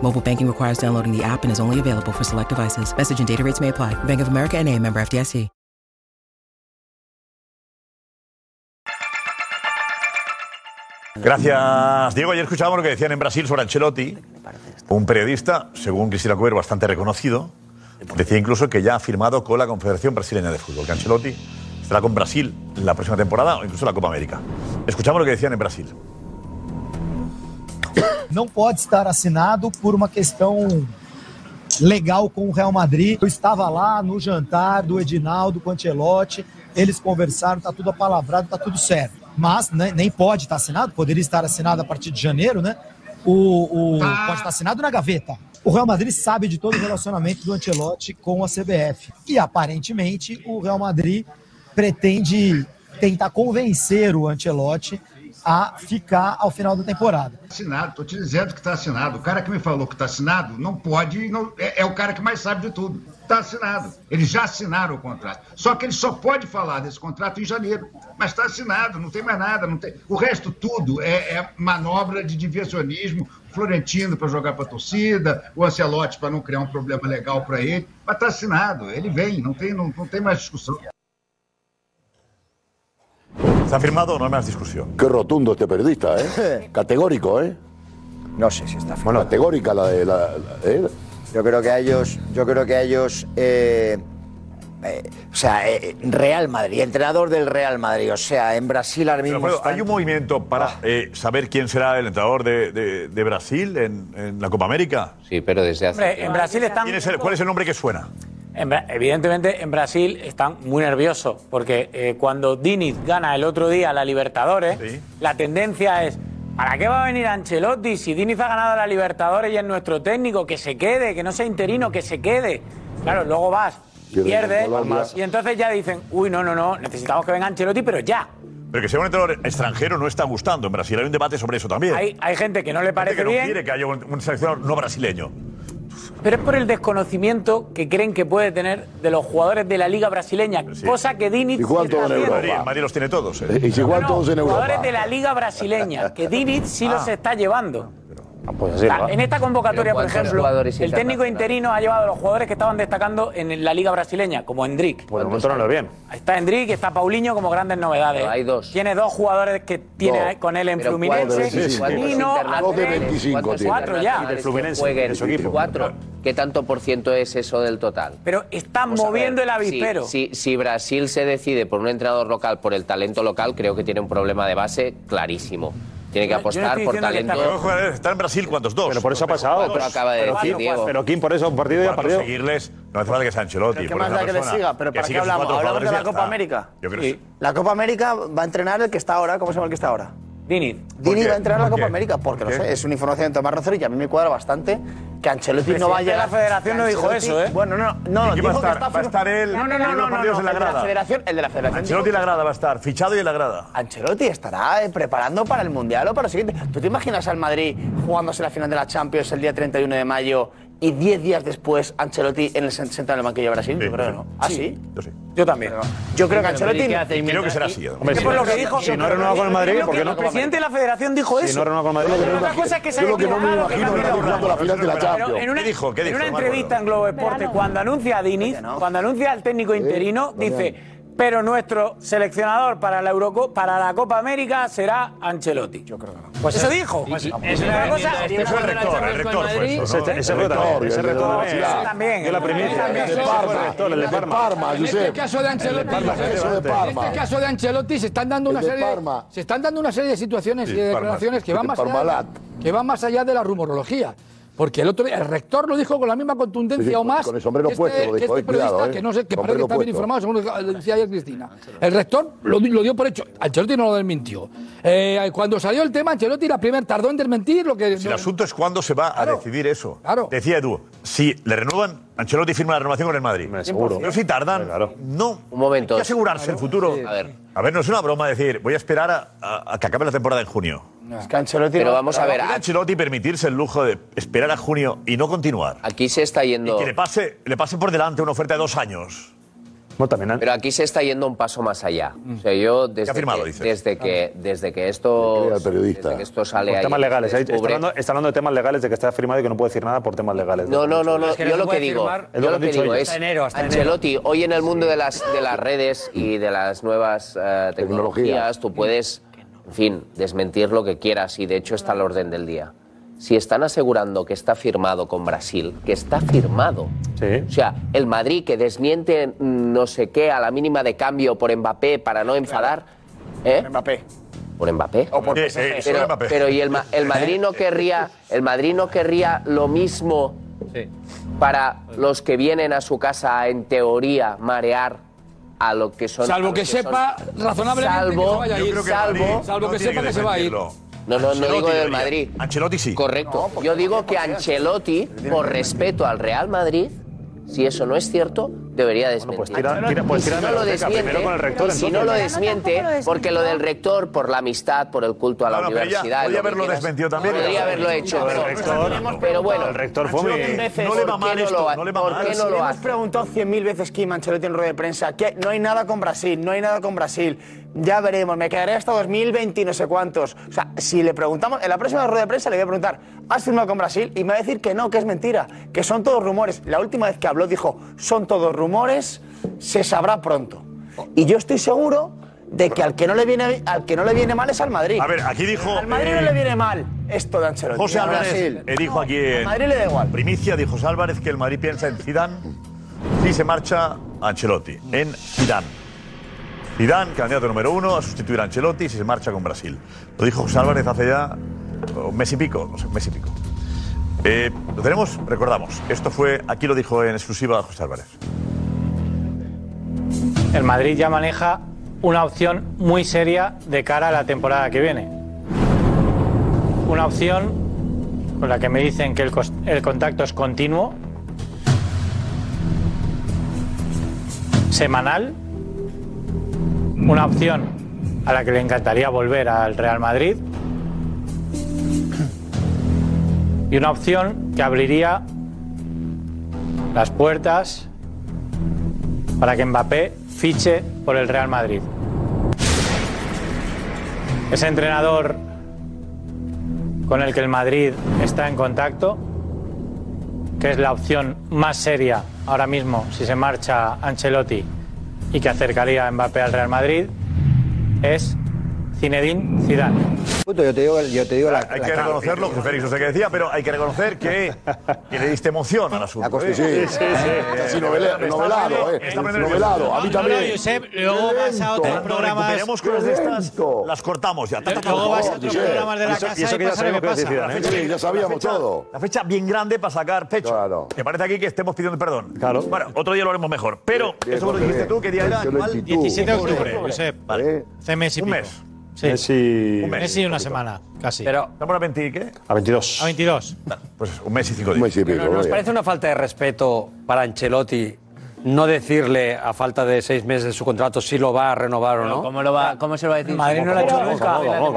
Speaker 4: Mobile banking requires downloading the app and is only available for select devices. Message and data rates may apply. Bank of America and a member FDIC.
Speaker 2: Gracias, Diego. Ayer escuchábamos lo que decían en Brasil sobre Ancelotti. Un periodista, según Cristina Cuero, bastante reconocido, decía incluso que ya ha firmado con la Confederación Brasileña de Fútbol, que Ancelotti estará con Brasil la próxima temporada o incluso la Copa América. Escuchamos lo que decían en Brasil.
Speaker 6: Não pode estar assinado por uma questão legal com o Real Madrid. Eu estava lá no jantar do Edinaldo com o Ancelotti, eles conversaram, tá tudo apalavrado, tá tudo certo. Mas né, nem pode estar assinado, poderia estar assinado a partir de janeiro, né? O, o- Pode estar assinado na gaveta. O Real Madrid sabe de todo o relacionamento do Ancelotti com a CBF. E aparentemente o Real Madrid pretende tentar convencer o Ancelotti a ficar ao final da temporada.
Speaker 21: Assinado, tô te dizendo que está assinado. O cara que me falou que está assinado não pode, não, é, é o cara que mais sabe de tudo. Está assinado. Eles já assinaram o contrato. Só que ele só pode falar desse contrato em janeiro. Mas está assinado, não tem mais nada. Não tem... O resto tudo é, é manobra de diversionismo. Florentino para jogar para a torcida, o Ancelotti para não criar um problema legal para ele. Mas está assinado, ele vem, não tem, não, não tem mais discussão.
Speaker 2: ¿Está firmado o no hay más discusión?
Speaker 10: Qué rotundo este periodista, ¿eh? Categórico, ¿eh?
Speaker 15: No sé si está
Speaker 10: Bueno, categórica la de. La, la- ¿eh?
Speaker 15: Yo creo que a ellos, yo creo que a ellos, eh, eh, o sea, eh, Real Madrid, entrenador del Real Madrid, o sea, en Brasil ahora
Speaker 2: Pero,
Speaker 15: mismo.
Speaker 2: Alfredo,
Speaker 15: están-
Speaker 2: ¿Hay un movimiento para eh, saber quién será el entrenador de, de- de Brasil en, en la Copa América?
Speaker 11: Sí, pero desde hace
Speaker 12: Hombre, en Brasil están.
Speaker 2: ¿Quién es el- ¿Cuál es el nombre que suena?
Speaker 12: En Bra- evidentemente en Brasil están muy nerviosos porque eh, cuando Diniz gana el otro día la Libertadores, la tendencia es ¿para qué va a venir Ancelotti si Diniz ha ganado la Libertadores y es nuestro técnico que se quede, que no sea interino, que se quede? Claro, luego vas
Speaker 2: Quieren
Speaker 12: pierdes
Speaker 2: controlar más.
Speaker 12: y entonces ya dicen, uy, no, no, no, necesitamos que venga Ancelotti, pero ya.
Speaker 2: Pero que sea un entrenador extranjero no está gustando en Brasil. Hay un debate sobre eso también.
Speaker 12: Hay, hay gente que no le
Speaker 2: Gente
Speaker 12: parece
Speaker 2: que no
Speaker 12: bien.
Speaker 2: quiere que haya un, un seleccionador no brasileño.
Speaker 12: Pero es por el desconocimiento que creen que puede tener de los jugadores de la liga brasileña, cosa que Diniz
Speaker 10: ¿Y
Speaker 12: sí
Speaker 10: cuánto
Speaker 12: está
Speaker 10: en
Speaker 12: haciendo.
Speaker 10: Europa?
Speaker 2: Madrid, Madrid los tiene todos. ¿eh?
Speaker 10: ¿Y si igual todos en
Speaker 12: Jugadores
Speaker 10: Europa?
Speaker 12: de la liga brasileña, que Diniz sí
Speaker 10: Ah.
Speaker 12: los está llevando.
Speaker 10: Ah, pues
Speaker 12: O
Speaker 10: así
Speaker 12: sea,
Speaker 10: va.
Speaker 12: en este esta convocatoria,
Speaker 10: Pero
Speaker 12: por
Speaker 10: ¿cuántos
Speaker 12: ejemplo,
Speaker 10: jugadores
Speaker 12: el técnico
Speaker 10: internacionales?
Speaker 12: interino ha llevado a los jugadores que estaban destacando en la liga brasileña, como Endrick.
Speaker 14: Por el momento no lo ve bien.
Speaker 12: Está Endrick, está Paulinho como grandes novedades. hay dos. Tiene dos jugadores que tiene
Speaker 14: Dos.
Speaker 12: ahí con él en
Speaker 14: Pero
Speaker 12: Fluminense.
Speaker 14: cuatro de 25.
Speaker 12: Nino,
Speaker 14: Dos de
Speaker 12: Andrés,
Speaker 14: 25 tiene.
Speaker 12: cuatro ya.
Speaker 14: Del Fluminense, de su equipo.
Speaker 11: Cuatro. ¿Qué tanto por ciento es eso del total?
Speaker 12: Pero están
Speaker 11: Vamos a
Speaker 12: moviendo
Speaker 11: ver,
Speaker 12: el avispero.
Speaker 11: Si, si- si Brasil se decide por un entrenador local, por el talento local, creo que tiene un problema de base clarísimo. Tiene que apostar por talento.
Speaker 2: Está en Brasil, ¿cuántos? Dos.
Speaker 14: Pero por eso ha pasado.
Speaker 11: Cuatro acaba de
Speaker 14: Pero
Speaker 11: decir
Speaker 14: Kim-
Speaker 11: Diego.
Speaker 14: Pero Kim, por eso, un partido y a
Speaker 2: Cuatro
Speaker 14: partido.
Speaker 2: seguirles, no hace falta que sea Ancelotti.
Speaker 14: ¿qué
Speaker 2: por
Speaker 14: más
Speaker 2: esa
Speaker 14: da que le
Speaker 2: persona,
Speaker 14: siga? Pero ¿para
Speaker 2: sigue
Speaker 14: qué
Speaker 2: sus
Speaker 14: hablamos?
Speaker 2: cuatro
Speaker 14: Hablamos de
Speaker 2: jugadores
Speaker 14: la
Speaker 2: y ya
Speaker 14: Copa
Speaker 2: está.
Speaker 14: América.
Speaker 2: Yo creo
Speaker 14: Sí.
Speaker 2: que sí.
Speaker 20: La Copa América va a entrenar el que está ahora. ¿Cómo se llama el que está ahora?
Speaker 12: Diniz.
Speaker 20: Dini va a entrenar la
Speaker 12: ¿Por qué?
Speaker 20: Copa América porque
Speaker 12: ¿Por
Speaker 20: no
Speaker 12: qué?
Speaker 20: sé, es una información de Tomás Rocero y a mí me cuadra bastante que Ancelotti
Speaker 12: El
Speaker 20: no va a
Speaker 12: presidente de
Speaker 20: llegar.
Speaker 12: la federación no dijo
Speaker 20: Ancelotti-
Speaker 12: eso, ¿eh?
Speaker 20: Bueno, no, no, no,
Speaker 2: ¿Y quién va a
Speaker 20: dijo que
Speaker 2: estar?
Speaker 20: está
Speaker 2: Va a estar él
Speaker 20: No, no, no,
Speaker 2: y unos
Speaker 20: no, no,
Speaker 2: partidos en la
Speaker 20: el de la
Speaker 2: grada.
Speaker 20: federación, el de la federación.
Speaker 2: Ancelotti en la grada va a estar, fichado y en la grada.
Speaker 20: Ancelotti estará eh, preparando para el Mundial o para lo siguiente. ¿Tú te imaginas al Madrid jugándose la final de la Champions el día 31 de mayo y 10 días después Ancelotti en el sen- sentado en el banquillo de Brasil? Yo creo que no. ¿Ah, sí?
Speaker 12: Yo también.
Speaker 20: Yo creo que Ancelotti...
Speaker 2: Creo que será así. además.
Speaker 14: Hombre,
Speaker 12: Es que
Speaker 14: si
Speaker 12: por
Speaker 14: no-
Speaker 12: lo que dijo.
Speaker 14: si no renueva con el Madrid, ¿por qué no?
Speaker 12: El presidente de la federación dijo eso.
Speaker 14: Si no renueva con el Madrid,
Speaker 12: Pero
Speaker 14: yo
Speaker 12: otra
Speaker 14: no me
Speaker 12: cosa es que se
Speaker 14: imagino-
Speaker 12: haya
Speaker 14: yo lo que no me
Speaker 12: equivocado, que
Speaker 14: imagino es que está jugando la final de la Champions.
Speaker 12: Pero en una-
Speaker 14: ¿Qué dijo? ¿Qué
Speaker 12: En
Speaker 14: dijo?
Speaker 12: una
Speaker 14: No me
Speaker 12: entrevista en Globo Esporte, cuando anuncia a Diniz, cuando anuncia al técnico interino, dice: Pero nuestro seleccionador para la, Euroco para la Copa América será Ancelotti. Yo creo que no. Pues eso dijo. Pues es una cosa.
Speaker 2: Ese es este el rector, el rector fue eso, ¿no?
Speaker 14: Ese- ese fue también, ese rector también.
Speaker 2: Ese
Speaker 14: Dio la primicia.
Speaker 13: Ese
Speaker 14: Ese fue el rector, el de Parma.
Speaker 13: En este caso de Ancelotti,
Speaker 14: El de Parma,
Speaker 13: en
Speaker 14: el de Parma.
Speaker 13: este caso de Ancelotti se están dando
Speaker 14: El
Speaker 13: una
Speaker 14: de
Speaker 13: serie, de-
Speaker 14: Parma.
Speaker 13: se están dando una serie de situaciones
Speaker 14: Sí,
Speaker 13: y de
Speaker 14: Parma.
Speaker 13: declaraciones que
Speaker 14: El
Speaker 13: van
Speaker 14: de
Speaker 13: más allá,
Speaker 14: Parmalat.
Speaker 13: que van más allá de la rumorología. Porque el otro día, el rector lo dijo con la misma contundencia
Speaker 10: Sí, sí,
Speaker 13: o más.
Speaker 10: con el sombrero
Speaker 13: que
Speaker 10: puesto,
Speaker 13: este,
Speaker 10: lo
Speaker 13: que
Speaker 10: dijo,
Speaker 13: este
Speaker 10: eh, cuidado,
Speaker 13: periodista,
Speaker 10: eh.
Speaker 13: que no sé, que
Speaker 10: Sombrero
Speaker 13: parece que está bien
Speaker 10: puesto.
Speaker 13: informado, según lo que decía ayer Cristina. El rector lo, di- lo dio por hecho. Ancelotti no lo desmintió. Eh, cuando salió el tema, Ancelotti la primera tardó en desmentir lo que.
Speaker 2: Si el asunto es cuándo se va a decidir eso. Decía Edu, si le renuevan, Ancelotti firma la renovación con el Madrid.
Speaker 10: seguro.
Speaker 2: Pero si tardan, no. Un
Speaker 11: momento.
Speaker 2: Hay que asegurarse el futuro. A ver. A ver, no es una broma decir, voy a esperar a, a- a que acabe la temporada en junio.
Speaker 11: Pero vamos a ver,
Speaker 2: ¿Puede Ancelotti permitirse el lujo de esperar a junio y no continuar?
Speaker 11: Aquí se está yendo.
Speaker 2: Y que le pase, le pase por delante una oferta de dos años.
Speaker 14: ¿eh?
Speaker 11: Pero aquí se está yendo un paso más allá. O sea, yo desde,
Speaker 2: firmado,
Speaker 11: que,
Speaker 2: dices?
Speaker 11: desde, que, desde que esto. Desde que esto sale
Speaker 14: Por
Speaker 11: ahí,
Speaker 14: temas legales.
Speaker 11: se
Speaker 14: ahí Está
Speaker 11: descubre-
Speaker 14: hablando, está hablando de temas legales, de que está firmado y que no puede decir nada por temas legales.
Speaker 11: No, no, no, no,
Speaker 14: Es que
Speaker 11: yo
Speaker 14: se
Speaker 11: lo que
Speaker 14: puede
Speaker 11: digo,
Speaker 14: firmar-
Speaker 11: yo
Speaker 14: lo
Speaker 11: lo
Speaker 14: han
Speaker 11: que
Speaker 14: dicho
Speaker 11: digo
Speaker 14: ellos.
Speaker 11: es Ancelotti, hoy en el mundo de las de las redes y de las nuevas eh, tecnologías, tú puedes, en fin, desmentir lo que quieras y de hecho está al orden del día. Si están asegurando que está firmado con Brasil, que está firmado. O sea, el Madrid que desmiente no sé qué a la mínima de cambio por Mbappé para no enfadar, ¿eh?
Speaker 20: Mbappé.
Speaker 11: Por Mbappé.
Speaker 20: O por
Speaker 11: Sí,
Speaker 20: PSG.
Speaker 11: sí,
Speaker 20: Solo
Speaker 11: pero,
Speaker 20: Mbappé.
Speaker 11: pero y el, ma- el Madrid no querría, el Madrid no querría lo mismo para los que vienen a su casa a, en teoría marear a lo que son. a
Speaker 13: Salvo
Speaker 11: los
Speaker 13: que
Speaker 11: son-
Speaker 13: sepa razonablemente
Speaker 11: salvo,
Speaker 13: que se vaya a ir.
Speaker 11: Yo creo que salvo,
Speaker 13: Madrid Salvo no que tiene sepa que que se va a ir.
Speaker 11: No,
Speaker 13: defenderlo.
Speaker 11: no, no
Speaker 13: Ancelotti
Speaker 11: digo del
Speaker 13: debería.
Speaker 11: Madrid.
Speaker 2: Ancelotti sí.
Speaker 11: Correcto. Yo digo que Ancelotti, por respeto al Real Madrid, si eso no es cierto, debería desmentir.
Speaker 14: tira- tira- pues
Speaker 11: Y si
Speaker 14: tira
Speaker 11: no
Speaker 14: la
Speaker 11: lo
Speaker 14: biblioteca,
Speaker 11: desmiente,
Speaker 14: primero con el rector,
Speaker 11: y si
Speaker 14: entonces.
Speaker 11: no
Speaker 14: Pero
Speaker 11: lo
Speaker 14: no,
Speaker 11: desmiente, porque lo del rector, por la amistad, por el culto a la
Speaker 2: No, no, pero ya,
Speaker 11: universidad.
Speaker 2: podía
Speaker 11: lo que
Speaker 2: haberlo
Speaker 11: quieras.
Speaker 2: desmentido también.
Speaker 11: Podría haberlo hecho.
Speaker 2: Lo del
Speaker 11: pero-
Speaker 2: rector.
Speaker 11: Pero bueno.
Speaker 14: El rector fue
Speaker 2: Ancelotti,
Speaker 14: muy-
Speaker 2: No le va mal esto, no le va mal.
Speaker 20: ¿Por qué no lo hace? hemos preguntado 100.000 veces Kim Ancelotti en rueda de prensa que no hay nada con Brasil, no hay nada con Brasil. Ya veremos, me quedaré hasta 2020 y no sé cuántos. O sea, si le preguntamos, en la próxima rueda de prensa le voy a preguntar, ¿has firmado con Brasil? Y me va a decir que no, que es mentira, que son todos rumores. La última vez que habló dijo, son todos rumores, se sabrá pronto. Y yo estoy seguro de que al que no le viene, al que no le viene mal es al Madrid.
Speaker 2: A ver, aquí dijo,
Speaker 20: Al Madrid no
Speaker 2: eh,
Speaker 20: le viene mal esto de Ancelotti.
Speaker 2: José
Speaker 20: A
Speaker 2: Álvarez
Speaker 20: Brasil.
Speaker 2: eh, dijo aquí en
Speaker 20: Madrid le da igual.
Speaker 2: primicia, dijo José Álvarez que el Madrid piensa en Zidane si se marcha Ancelotti, en Zidane. Zidane, candidato número uno a sustituir a Ancelotti si se marcha con Brasil. Lo dijo José Álvarez hace ya oh, un mes y pico, no sé, un mes y pico. Eh, lo tenemos, recordamos, esto fue, aquí lo dijo en exclusiva José Álvarez.
Speaker 17: El Madrid ya maneja una opción muy seria de cara a la temporada que viene. Una opción con la que me dicen que el, cos- el contacto es continuo, semanal, una opción a la que le encantaría volver al Real Madrid y una opción que abriría las puertas para que Mbappé fiche por el Real Madrid. Ese entrenador con el que el Madrid está en contacto, que es la opción más seria ahora mismo si se marcha Ancelotti y que acercaría a Mbappé al Real Madrid, es Zinedine Zidane.
Speaker 15: yo te digo, yo te digo la,
Speaker 2: Hay
Speaker 15: la
Speaker 2: que
Speaker 15: cara.
Speaker 2: reconocerlo, que Félix no sé qué decía, pero hay que reconocer que, que le diste emoción al asunto. ¿eh?
Speaker 10: Sí, sí, sí. Casi novela- novelado, ¿eh? Novelado, a mí
Speaker 1: No, no,
Speaker 10: también.
Speaker 1: Josep, luego vas a otros programas.
Speaker 2: Tenemos cosas de estas, las cortamos ya. Taca,
Speaker 1: Luego
Speaker 2: taca,
Speaker 1: vas
Speaker 2: taca.
Speaker 1: a otros programas de la casa y, pasa lo que pasa.
Speaker 2: La fecha-
Speaker 10: Sí, ya sabíamos
Speaker 2: ¿eh? la fecha-
Speaker 10: todo.
Speaker 2: La fecha bien grande para sacar pecho. Que parece aquí que estemos pidiendo perdón. Claro. Bueno, otro día lo haremos mejor. Pero,
Speaker 10: Bien,
Speaker 2: eso lo
Speaker 10: Jorge,
Speaker 2: dijiste tú, ¿qué día
Speaker 10: bien,
Speaker 2: era?
Speaker 10: yo lo
Speaker 2: ¿Cuál?
Speaker 10: intuí.
Speaker 1: 17 de octubre,
Speaker 2: Eh,
Speaker 1: Josep.
Speaker 2: Vale.
Speaker 1: Hace mes y
Speaker 2: Un
Speaker 1: pico.
Speaker 2: mes.
Speaker 1: Sí.
Speaker 14: Messi-
Speaker 1: Un mes y una semana, casi.
Speaker 17: Pero
Speaker 2: ¿Estamos a 20 y qué?
Speaker 14: A 22.
Speaker 1: A 22.
Speaker 2: Pues un mes y cinco
Speaker 14: días.
Speaker 2: Un mes y
Speaker 14: pico.
Speaker 17: ¿No ¿Nos parece una falta de respeto para Ancelotti no decirle a falta de seis meses de su contrato si lo va a renovar o no?
Speaker 19: ¿Cómo, lo va, ¿Cómo se lo va a decir?
Speaker 17: Madrid no lo ha hecho nunca.
Speaker 8: Pero Marcel,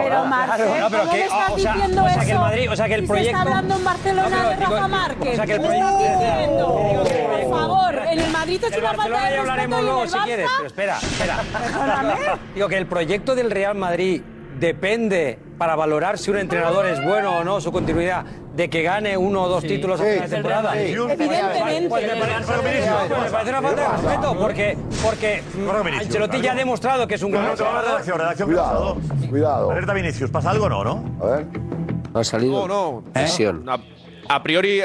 Speaker 17: Claro, no, pero
Speaker 8: ¿cómo
Speaker 17: que-
Speaker 8: le estás
Speaker 17: o sea,
Speaker 8: diciendo
Speaker 17: o sea, que el
Speaker 8: eso?
Speaker 17: Madrid- o sea, que el
Speaker 8: Si
Speaker 17: proyecto-
Speaker 8: se está hablando en Barcelona
Speaker 17: No, pero
Speaker 8: de
Speaker 17: digo,
Speaker 8: Rafa Márquez.
Speaker 17: o sea, que el
Speaker 8: ¿Qué me estás diciendo? Por favor, en el Madrid es
Speaker 17: Del
Speaker 8: una falta
Speaker 17: Barcelona ya
Speaker 8: de respeto
Speaker 17: hablaremos
Speaker 8: y en
Speaker 17: luego
Speaker 8: el
Speaker 17: si
Speaker 8: Barça-
Speaker 17: quieres, pero espera, espera. Digo que el proyecto del Real Madrid depende para valorar si un entrenador es bueno o no, su continuidad, de que gane uno o dos títulos a
Speaker 9: Sí,
Speaker 17: final de temporada.
Speaker 9: sí.
Speaker 8: Evidentemente.
Speaker 17: Pues me parece- me parece una falta de respeto porque, porque Ancelotti ya ha demostrado que es un gran
Speaker 2: No, no, no,
Speaker 17: entrenador.
Speaker 2: redacción, redacción. Cuidado.
Speaker 10: Cuidado.
Speaker 2: Alerta Vinicius, ¿pasa algo o no, no?
Speaker 10: A ver.
Speaker 19: No ha salido.
Speaker 3: No, no.
Speaker 19: Lesión.
Speaker 3: A, a priori.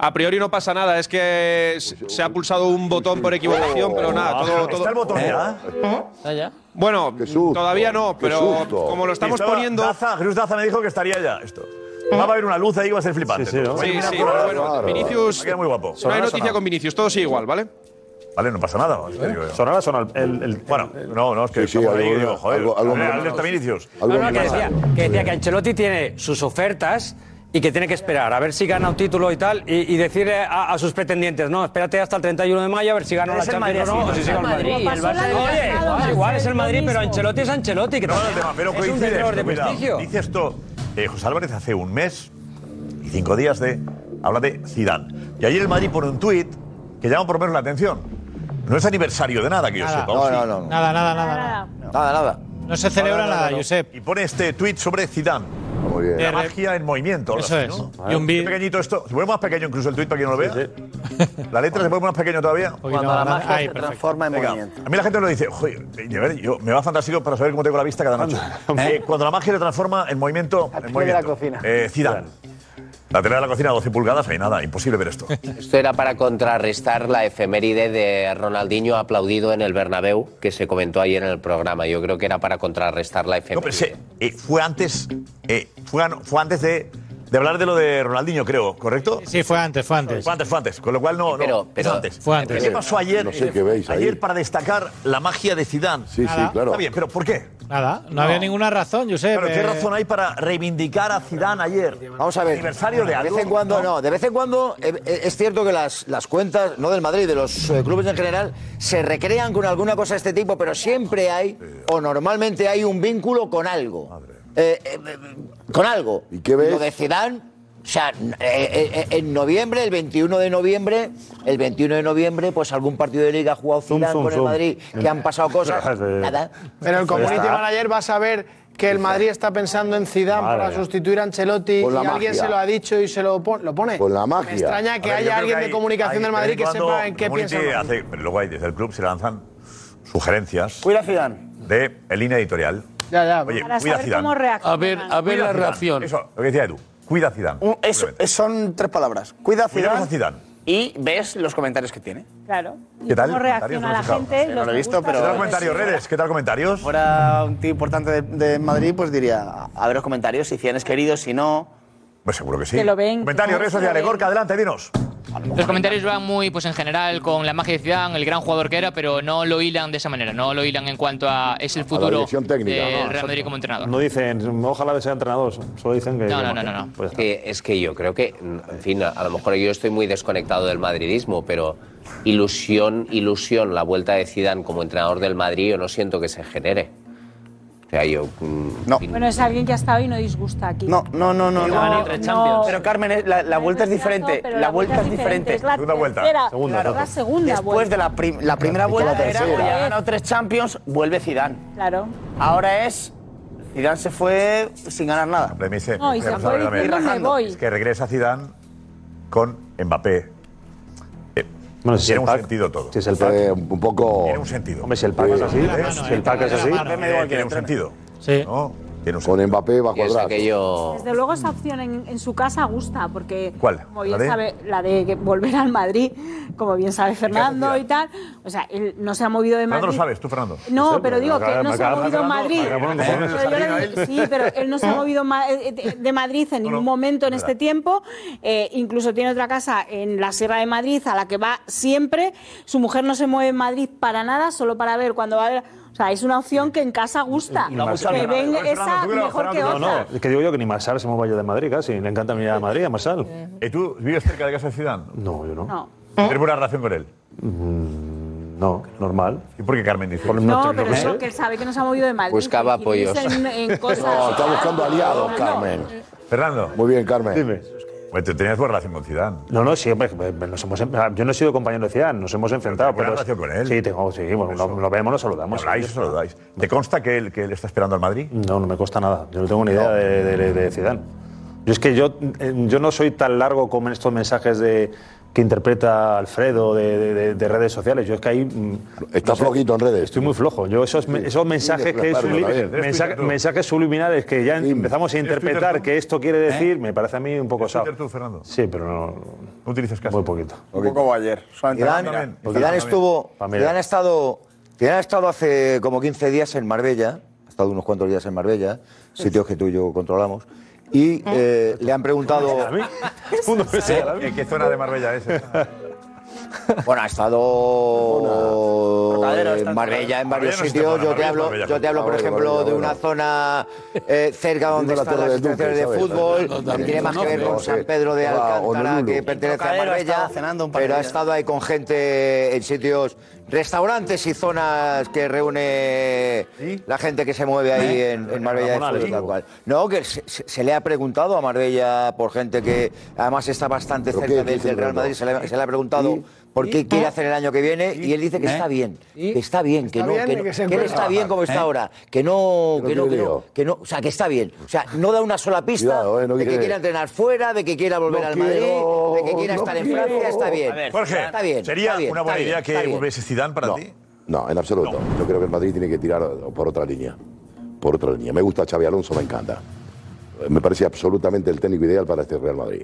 Speaker 3: A priori no pasa nada, es que s- se ha pulsado un botón por equivocación, pero ¿Eh? nada, todo, todo-
Speaker 2: Ah. ¿Está el botón ya?
Speaker 10: ¿Eh?
Speaker 19: ¿Está ya?
Speaker 3: Bueno, todavía no,
Speaker 2: Qué
Speaker 3: pero
Speaker 2: susto.
Speaker 3: como lo estamos
Speaker 2: Estaba-
Speaker 3: poniendo.
Speaker 2: Daza, Jesús Daza me dijo que estaría ya esto.
Speaker 10: ¿Eh?
Speaker 2: Va a haber una luz ahí que va a ser flipante.
Speaker 3: Sí,
Speaker 2: Va a
Speaker 3: sí,
Speaker 2: iluminar
Speaker 3: sí,
Speaker 2: por la-
Speaker 3: bueno,
Speaker 2: Claro.
Speaker 3: Vinicius-
Speaker 2: Queda muy guapo.
Speaker 3: No hay noticia con Vinicius, todo sigue igual, ¿vale?
Speaker 2: Vale, no pasa nada.
Speaker 14: Sonará, sonará.
Speaker 2: bueno, no, no, es que
Speaker 10: sí,
Speaker 2: estamos
Speaker 10: algo-
Speaker 2: ahí, digo, joder.
Speaker 10: algo- algo-
Speaker 2: mira, Aldo está Vinicius.
Speaker 5: No, no, que decía, que decía que Ancelotti tiene sus ofertas y que tiene que esperar a ver si gana un título y tal y, y decirle a, a sus pretendientes, no, espérate hasta el 31 de mayo a ver si gana la
Speaker 19: Es el
Speaker 5: Champions o
Speaker 19: Madrid,
Speaker 5: no, o
Speaker 19: sí,
Speaker 5: si sigue el
Speaker 19: el Madrid, el
Speaker 5: Madrid. Oye,
Speaker 19: Barça del pasado,
Speaker 5: igual,
Speaker 19: Barça
Speaker 5: igual es
Speaker 19: del
Speaker 5: el Madrid, pero
Speaker 19: mismo.
Speaker 5: Ancelotti es Ancelotti, que
Speaker 2: No,
Speaker 5: también
Speaker 2: no, pero
Speaker 5: es un
Speaker 2: coincide,
Speaker 5: entrenador de
Speaker 2: cuidado.
Speaker 5: prestigio.
Speaker 2: Dice esto eh, José Álvarez hace un mes y cinco días de. Habla de Zidane. Y ayer el Madrid pone un tuit que llama por lo menos la atención. No es aniversario de nada que yo
Speaker 1: Nada.
Speaker 2: sepa.
Speaker 1: No,
Speaker 2: ¿o sí?
Speaker 1: no, no, no. Nada, nada, nada, nada.
Speaker 2: Nada, nada.
Speaker 1: No se celebra nada, Josep.
Speaker 2: Y pone este tuit sobre Zidane. La
Speaker 1: De re-
Speaker 2: magia en movimiento. algo
Speaker 1: Eso
Speaker 2: así,
Speaker 1: es.
Speaker 2: ¿no?
Speaker 1: Y un
Speaker 2: Qué pequeñito esto. Se pone más pequeño incluso el tuit para que no lo vea. La letra se pone más pequeño todavía.
Speaker 15: Cuando la magia se transforma en
Speaker 2: Venga,
Speaker 15: movimiento.
Speaker 2: A mí la gente lo dice, joder, a ver, yo, me va fantástico para saber cómo tengo la vista cada noche. Eh, cuando la magia se transforma en movimiento. En
Speaker 11: pie de la
Speaker 2: movimiento.
Speaker 11: cocina.
Speaker 2: Eh, Zidane. La tele de la cocina, 12 pulgadas, ahí nada, imposible ver esto.
Speaker 11: Esto era para contrarrestar la efeméride de Ronaldinho aplaudido en el Bernabéu, que se comentó ayer en el programa. Yo creo que era para contrarrestar la
Speaker 2: No,
Speaker 11: efeméride.
Speaker 2: pero se- eh, fue antes, eh, fue, an- fue antes de, de hablar de lo de Ronaldinho, creo, ¿correcto?
Speaker 1: Sí, fue antes, fue antes.
Speaker 2: Fue antes, fue antes, con lo cual no, no,
Speaker 1: Pero- pero-
Speaker 2: es antes.
Speaker 1: Fue antes.
Speaker 2: ¿Qué pasó ayer?
Speaker 10: No sé qué veis ahí.
Speaker 2: Ayer para destacar la magia de Zidane.
Speaker 10: Sí, sí, Nada. claro.
Speaker 2: Está bien, pero ¿por qué?
Speaker 1: Nada, no, había ninguna razón, Josep.
Speaker 2: Pero ¿qué
Speaker 1: eh,
Speaker 2: razón hay para reivindicar a Zidane ayer?
Speaker 15: Vamos a ver.
Speaker 2: Aniversario de
Speaker 15: vez
Speaker 2: algo,
Speaker 15: en cuando, no, de vez en cuando eh, eh, es cierto que las, las cuentas, no del Madrid, de los eh, clubes en general, se recrean con alguna cosa de este tipo, pero siempre hay, o normalmente hay un vínculo con algo. Eh, eh, eh, con algo. ¿Y qué
Speaker 10: ves?
Speaker 15: Lo de Zidane, o sea, n- eh, eh, eh, en noviembre, el 21 de noviembre, el 21 de noviembre, pues algún partido de liga ha jugado Zidane
Speaker 10: zoom,
Speaker 15: con
Speaker 10: zoom.
Speaker 15: el Madrid, que han pasado cosas, nada.
Speaker 18: Pero el community
Speaker 15: Ya está.
Speaker 18: manager va a saber que el Madrid está pensando en Zidane
Speaker 10: Madre
Speaker 18: para
Speaker 10: mía.
Speaker 18: sustituir a Ancelotti
Speaker 10: Con
Speaker 18: y
Speaker 10: la
Speaker 18: alguien
Speaker 10: magia.
Speaker 18: se lo ha dicho y se lo, pon- lo pone.
Speaker 10: Con la
Speaker 18: Me
Speaker 10: magia.
Speaker 18: extraña que
Speaker 2: A ver,
Speaker 18: haya
Speaker 2: yo creo
Speaker 18: alguien
Speaker 2: que
Speaker 18: de
Speaker 2: hay-
Speaker 18: comunicación
Speaker 2: hay-
Speaker 18: del Madrid
Speaker 2: de
Speaker 18: que
Speaker 2: vez en
Speaker 18: sepa
Speaker 2: cuando
Speaker 18: en qué
Speaker 2: Community
Speaker 18: piensa. el Madrid.
Speaker 2: hace- pero luego ahí desde el club se lanzan sugerencias
Speaker 15: Cuida Zidane.
Speaker 2: de en línea editorial.
Speaker 18: Ya, ya.
Speaker 2: Oye,
Speaker 18: Para
Speaker 2: cuida
Speaker 18: saber
Speaker 2: Zidane.
Speaker 18: cómo reaccionan.
Speaker 15: A ver- a ver
Speaker 2: Cuida
Speaker 15: la
Speaker 2: Zidane.
Speaker 15: reacción.
Speaker 2: Eso, lo que decía Edu. Cuida a Zidane.
Speaker 20: Un- es- son tres palabras. Cuida a
Speaker 2: Cuidamos a
Speaker 20: Zidane,
Speaker 2: Zidane.
Speaker 20: y ves los comentarios que tiene.
Speaker 8: Claro.
Speaker 2: ¿Qué tal?
Speaker 8: ¿Cómo reacciona la
Speaker 2: ¿Comentarios? ¿No los
Speaker 8: gente?
Speaker 2: has fijado?
Speaker 20: no lo he visto,
Speaker 2: ¿Qué tal
Speaker 20: pero.
Speaker 2: comentarios, redes? ¿Qué tal comentarios?
Speaker 20: fuera un tío importante de, de Madrid, pues diría, a ver los comentarios, si tienes queridos, si no.
Speaker 2: Pues seguro que
Speaker 20: sí.
Speaker 2: Que lo
Speaker 20: ven.
Speaker 2: Comentarios, redes sociales. Gorka, adelante, dinos.
Speaker 22: Los comentarios van muy, pues en general, con la magia de Zidane, el gran jugador que era, pero no lo hilan de esa manera, no lo hilan en cuanto a es el futuro
Speaker 14: dirección técnica,
Speaker 22: del
Speaker 14: ¿no?
Speaker 22: Real Madrid como entrenador.
Speaker 14: No dicen, ojalá sea entrenador, solo dicen que.
Speaker 22: No, no, no, no, no.
Speaker 11: Es que, es que yo creo que, en fin, a lo mejor yo estoy muy desconectado del madridismo, pero ilusión, ilusión, la vuelta de Zidane como entrenador del Madrid, yo no siento que se genere. O sea, yo... mm, No.
Speaker 8: Bueno, es alguien que ha estado y no disgusta aquí.
Speaker 20: No, no, no, no.
Speaker 8: Pero
Speaker 20: no.
Speaker 8: van a ir tres Champions.
Speaker 20: Pero Carmen, es- la, la vuelta es diferente.
Speaker 8: pero
Speaker 20: La vuelta es diferente.
Speaker 8: Es la tercera, claro, la segunda
Speaker 20: Después
Speaker 8: vuelta.
Speaker 20: de la, prim- la primera vuelta era,
Speaker 8: tercera.
Speaker 20: oye, ha ganado tres Champions, vuelve Zidane.
Speaker 8: Claro.
Speaker 20: Ahora es, Zidane se fue sin ganar nada.
Speaker 2: Me dice,
Speaker 8: No, y se
Speaker 2: Vamos
Speaker 8: fue
Speaker 2: a ver, a ver.
Speaker 8: diciendo, "Me voy".
Speaker 2: Es que regresa Zidane con Mbappé. Eh,
Speaker 14: Bueno, si
Speaker 2: tiene
Speaker 14: el
Speaker 2: un
Speaker 14: pack-
Speaker 2: sentido todo.
Speaker 14: Si es el pack.
Speaker 10: Eh, un poco.
Speaker 2: Tiene un sentido.
Speaker 14: Hombre, si el pack es así, si el pack es así.
Speaker 2: Eh, tiene un sentido.
Speaker 1: Sí.
Speaker 10: Con Mbappé va a
Speaker 2: Piensa
Speaker 10: cuadrar.
Speaker 2: que
Speaker 8: Desde luego esa opción en, en su casa gusta, porque
Speaker 10: ¿Cuál?
Speaker 8: como bien
Speaker 10: ¿La de?
Speaker 8: sabe, la de que- volver al Madrid, como bien sabe Fernando y tal, o sea, él no se ha movido de
Speaker 2: Fernando
Speaker 8: Madrid.
Speaker 2: lo sabes, tú, Fernando.
Speaker 8: No, pero digo que no se ha movido en
Speaker 2: Fernando,
Speaker 8: Madrid.
Speaker 2: me acaba de poner un
Speaker 8: Pero yo le
Speaker 2: cojones.
Speaker 8: digo- sí, pero él no se ha movido ma- eh, de de Madrid en ningún momento en este tiempo. Eh, incluso tiene otra casa en la Sierra de Madrid a la que va siempre. Su mujer no se mueve en Madrid para nada, solo para ver cuando va a ver. O sea, es una opción que en casa gusta.
Speaker 14: la gusta
Speaker 8: Que
Speaker 14: al
Speaker 8: ven
Speaker 14: Bernabéu.
Speaker 8: esa mejor que
Speaker 14: No, no,
Speaker 8: otra.
Speaker 14: es que digo yo que ni Marsal se mueve de Madrid casi. Le encanta venir a Madrid, a Marsal.
Speaker 2: ¿Y Eh, tú vives cerca de casa de Zidane?
Speaker 14: No, yo no.
Speaker 8: No.
Speaker 2: ¿Tienes buena relación con él?
Speaker 14: Mm, No, normal.
Speaker 2: ¿Y por qué Carmen dice?
Speaker 8: No, pero digo que él sabe que no se ha movido de Madrid.
Speaker 2: Buscaba
Speaker 8: que irse
Speaker 2: apoyos.
Speaker 8: En, en cosas.
Speaker 10: No, está buscando aliados, Carmen.
Speaker 2: Fernando.
Speaker 10: Muy bien, Carmen.
Speaker 14: Dime.
Speaker 2: Bueno, tú tenías buena relación con Zidane.
Speaker 14: No, no, sí, hombre, nos hemos, ah, yo no he sido compañero de Zidane, nos hemos enfrentado. Pero
Speaker 2: buena relación con él.
Speaker 14: Sí, tengo, sí, bueno, lo, lo vemos, nos saludamos.
Speaker 2: Habláis, os saludáis. ¿Te consta que él, que él está esperando al Madrid?
Speaker 14: No, no me consta nada. Yo no tengo ni idea de, de, de Zidane. Yo es que yo, eh, yo no soy tan largo como en estos mensajes de que interpreta Alfredo de, de- de- de redes sociales. Yo es que ahí... mm,
Speaker 10: Está
Speaker 14: no sé.
Speaker 10: flojito en redes.
Speaker 14: Estoy muy flojo. Yo esos, me- esos mensajes que
Speaker 10: claro,
Speaker 14: subli-
Speaker 10: Javier.
Speaker 14: mensaje- mensajes subliminales que ya empezamos a interpretar que esto quiere
Speaker 2: ¿Eh?
Speaker 14: decir, me parece a mí un poco sao.
Speaker 2: tú, Fernando?
Speaker 14: Sí, pero no,
Speaker 2: no utilizas casi.
Speaker 14: Muy poquito.
Speaker 20: Un poco ayer.
Speaker 15: Zidane, Zidane estuvo, Zidane ha estado, Zidane ha estado hace como 15 días en Marbella, ha estado unos cuantos días en Marbella, sitios que tú y yo controlamos, y eh, le han preguntado.
Speaker 2: ¿En qué zona de Marbella es? esa?
Speaker 15: Bueno, ha estado eh,
Speaker 2: está en
Speaker 15: Marbella en varios
Speaker 2: Marbella no está
Speaker 15: sitios.
Speaker 2: en
Speaker 15: Yo te
Speaker 2: Marbella,
Speaker 15: hablo,
Speaker 2: Marbella.
Speaker 15: yo te hablo, por
Speaker 2: Ahora,
Speaker 15: ejemplo,
Speaker 2: Marbella,
Speaker 15: de
Speaker 2: bueno.
Speaker 15: una zona eh, cerca donde
Speaker 10: Viva la
Speaker 15: están
Speaker 10: Torre del
Speaker 15: las
Speaker 10: Duque,
Speaker 15: instalaciones de
Speaker 10: ¿sabes?
Speaker 15: fútbol.
Speaker 10: También.
Speaker 15: Tiene más que ver
Speaker 10: No,
Speaker 15: con
Speaker 10: sí.
Speaker 15: San Pedro de
Speaker 10: Ah,
Speaker 15: Alcántara,
Speaker 10: Honolulu.
Speaker 15: que pertenece a
Speaker 10: Trocadero ha estado
Speaker 15: Marbella,
Speaker 10: cenando un par de
Speaker 15: pero ha
Speaker 10: días.
Speaker 15: estado ahí con gente en sitios, restaurantes y zonas que reúne la gente que se mueve ahí
Speaker 10: ¿Eh?
Speaker 15: en, en Marbella. de
Speaker 10: Ramonales,
Speaker 15: fútbol, tal cual. No, que se, se- se le ha preguntado a Marbella por gente que además está bastante
Speaker 10: ¿Pero
Speaker 15: cerca
Speaker 10: qué?
Speaker 15: del-
Speaker 10: ¿Qué dice
Speaker 15: del
Speaker 10: el
Speaker 15: Real Madrid, se le, ha- se le ha preguntado por qué quiere hacer el año que viene y él dice que
Speaker 10: ¿Eh?
Speaker 15: está bien, que está bien, que
Speaker 10: Está
Speaker 15: no,
Speaker 10: bien
Speaker 15: que,
Speaker 10: y
Speaker 15: no-
Speaker 10: que se
Speaker 15: que él
Speaker 10: encuentra
Speaker 15: está bien
Speaker 10: bajando,
Speaker 15: como está
Speaker 10: ¿eh?
Speaker 15: ahora, que no,
Speaker 10: Que
Speaker 15: que
Speaker 10: no
Speaker 15: no, que
Speaker 10: quiere
Speaker 15: no,
Speaker 10: lío.
Speaker 15: que no, o sea, que está bien, o sea, no da una sola pista
Speaker 10: Cuidado, ¿eh? No
Speaker 15: de que
Speaker 10: quiere-
Speaker 15: quiera entrenar fuera, de que quiera volver
Speaker 10: No
Speaker 15: al Madrid,
Speaker 10: quiero,
Speaker 15: de que quiera
Speaker 10: no
Speaker 15: estar en
Speaker 10: quiero.
Speaker 15: Francia, está bien,
Speaker 10: A ver,
Speaker 2: Jorge,
Speaker 15: está bien,
Speaker 2: ¿sería
Speaker 15: está bien,
Speaker 2: una buena
Speaker 15: está bien,
Speaker 2: idea
Speaker 15: está
Speaker 2: que
Speaker 15: bien.
Speaker 2: volviese Zidane para ti?
Speaker 10: No, en absoluto. Yo creo que el Madrid tiene que tirar por otra línea. Por otra línea. Me gusta Xavi Alonso, me encanta. Me parece absolutamente el técnico ideal para este Real Madrid.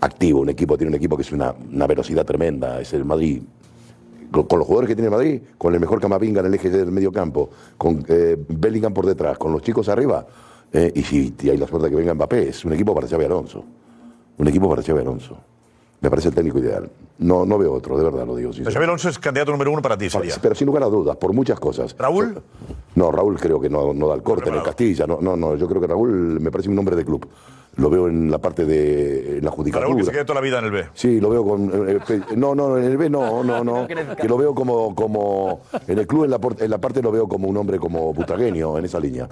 Speaker 10: Activo, un equipo, tiene un equipo que es una, una velocidad tremenda. Es el Madrid. Con, con los jugadores que tiene el Madrid, con el mejor Camavinga en el eje del medio campo, con eh, Bellingham por detrás, con los chicos arriba. eh, y si hay la suerte de que venga Mbappé, es un equipo para Xavi Alonso. Un equipo para Xavi Alonso. Me parece el técnico ideal. No, no veo otro, de verdad lo digo.
Speaker 2: Pero Xabi Alonso es candidato número uno para ti, sería.
Speaker 10: Pero sin lugar a dudas, por muchas cosas.
Speaker 2: ¿Raúl?
Speaker 10: No, Raúl creo que no, no da el corte en el Castilla. No, no, no, yo creo que Raúl me parece un hombre de club. Lo veo en la parte de en la judicatura.
Speaker 2: Raúl, que se quede toda la vida en el B.
Speaker 10: Sí, lo veo con. eh, eh, no, no, en el B no, no, no. Que lo veo como. como en el club, en la, por- en la parte, lo veo como un hombre como butragueño, en esa línea.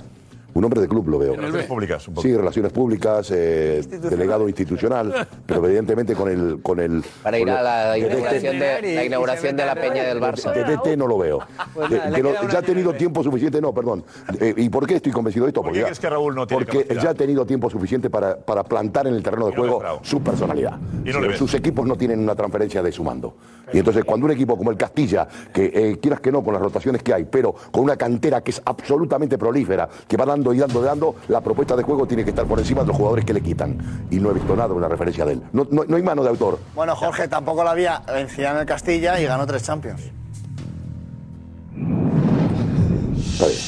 Speaker 10: Un hombre de club lo veo.
Speaker 2: Relaciones públicas, un poco.
Speaker 10: Sí, relaciones públicas, eh, delegado institucional, pero evidentemente con el. Con el
Speaker 11: Para ir
Speaker 10: con el-
Speaker 11: a la
Speaker 10: de- este de-
Speaker 11: inauguración de la, inauguración de la peña del Barça.
Speaker 10: de DT no lo veo.
Speaker 11: Pues
Speaker 10: De-
Speaker 11: nada, le
Speaker 10: que lo-
Speaker 11: queda una
Speaker 10: ya ha tenido tiempo suficiente, no, perdón. Eh, ¿Y por qué estoy convencido de esto?
Speaker 2: ¿Por qué
Speaker 10: ya-
Speaker 2: crees que Raúl no tiene
Speaker 10: Porque
Speaker 2: capacidad?
Speaker 10: ya ha tenido tiempo suficiente para, para plantar en el terreno de juego su personalidad.
Speaker 2: Y no le ves.
Speaker 10: Sus equipos no tienen una transferencia de su mando. Y entonces cuando un equipo como el Castilla, que eh, quieras que no, con las rotaciones que hay, pero con una cantera que es absolutamente prolífera, que va dando y dando y dando, la propuesta de juego tiene que estar por encima de los jugadores que le quitan. Y no he visto nada, una referencia de él. No- no- no hay mano de autor.
Speaker 7: Bueno, Jorge tampoco la había. Vencía en el Castilla y ganó tres Champions.
Speaker 10: Está bien.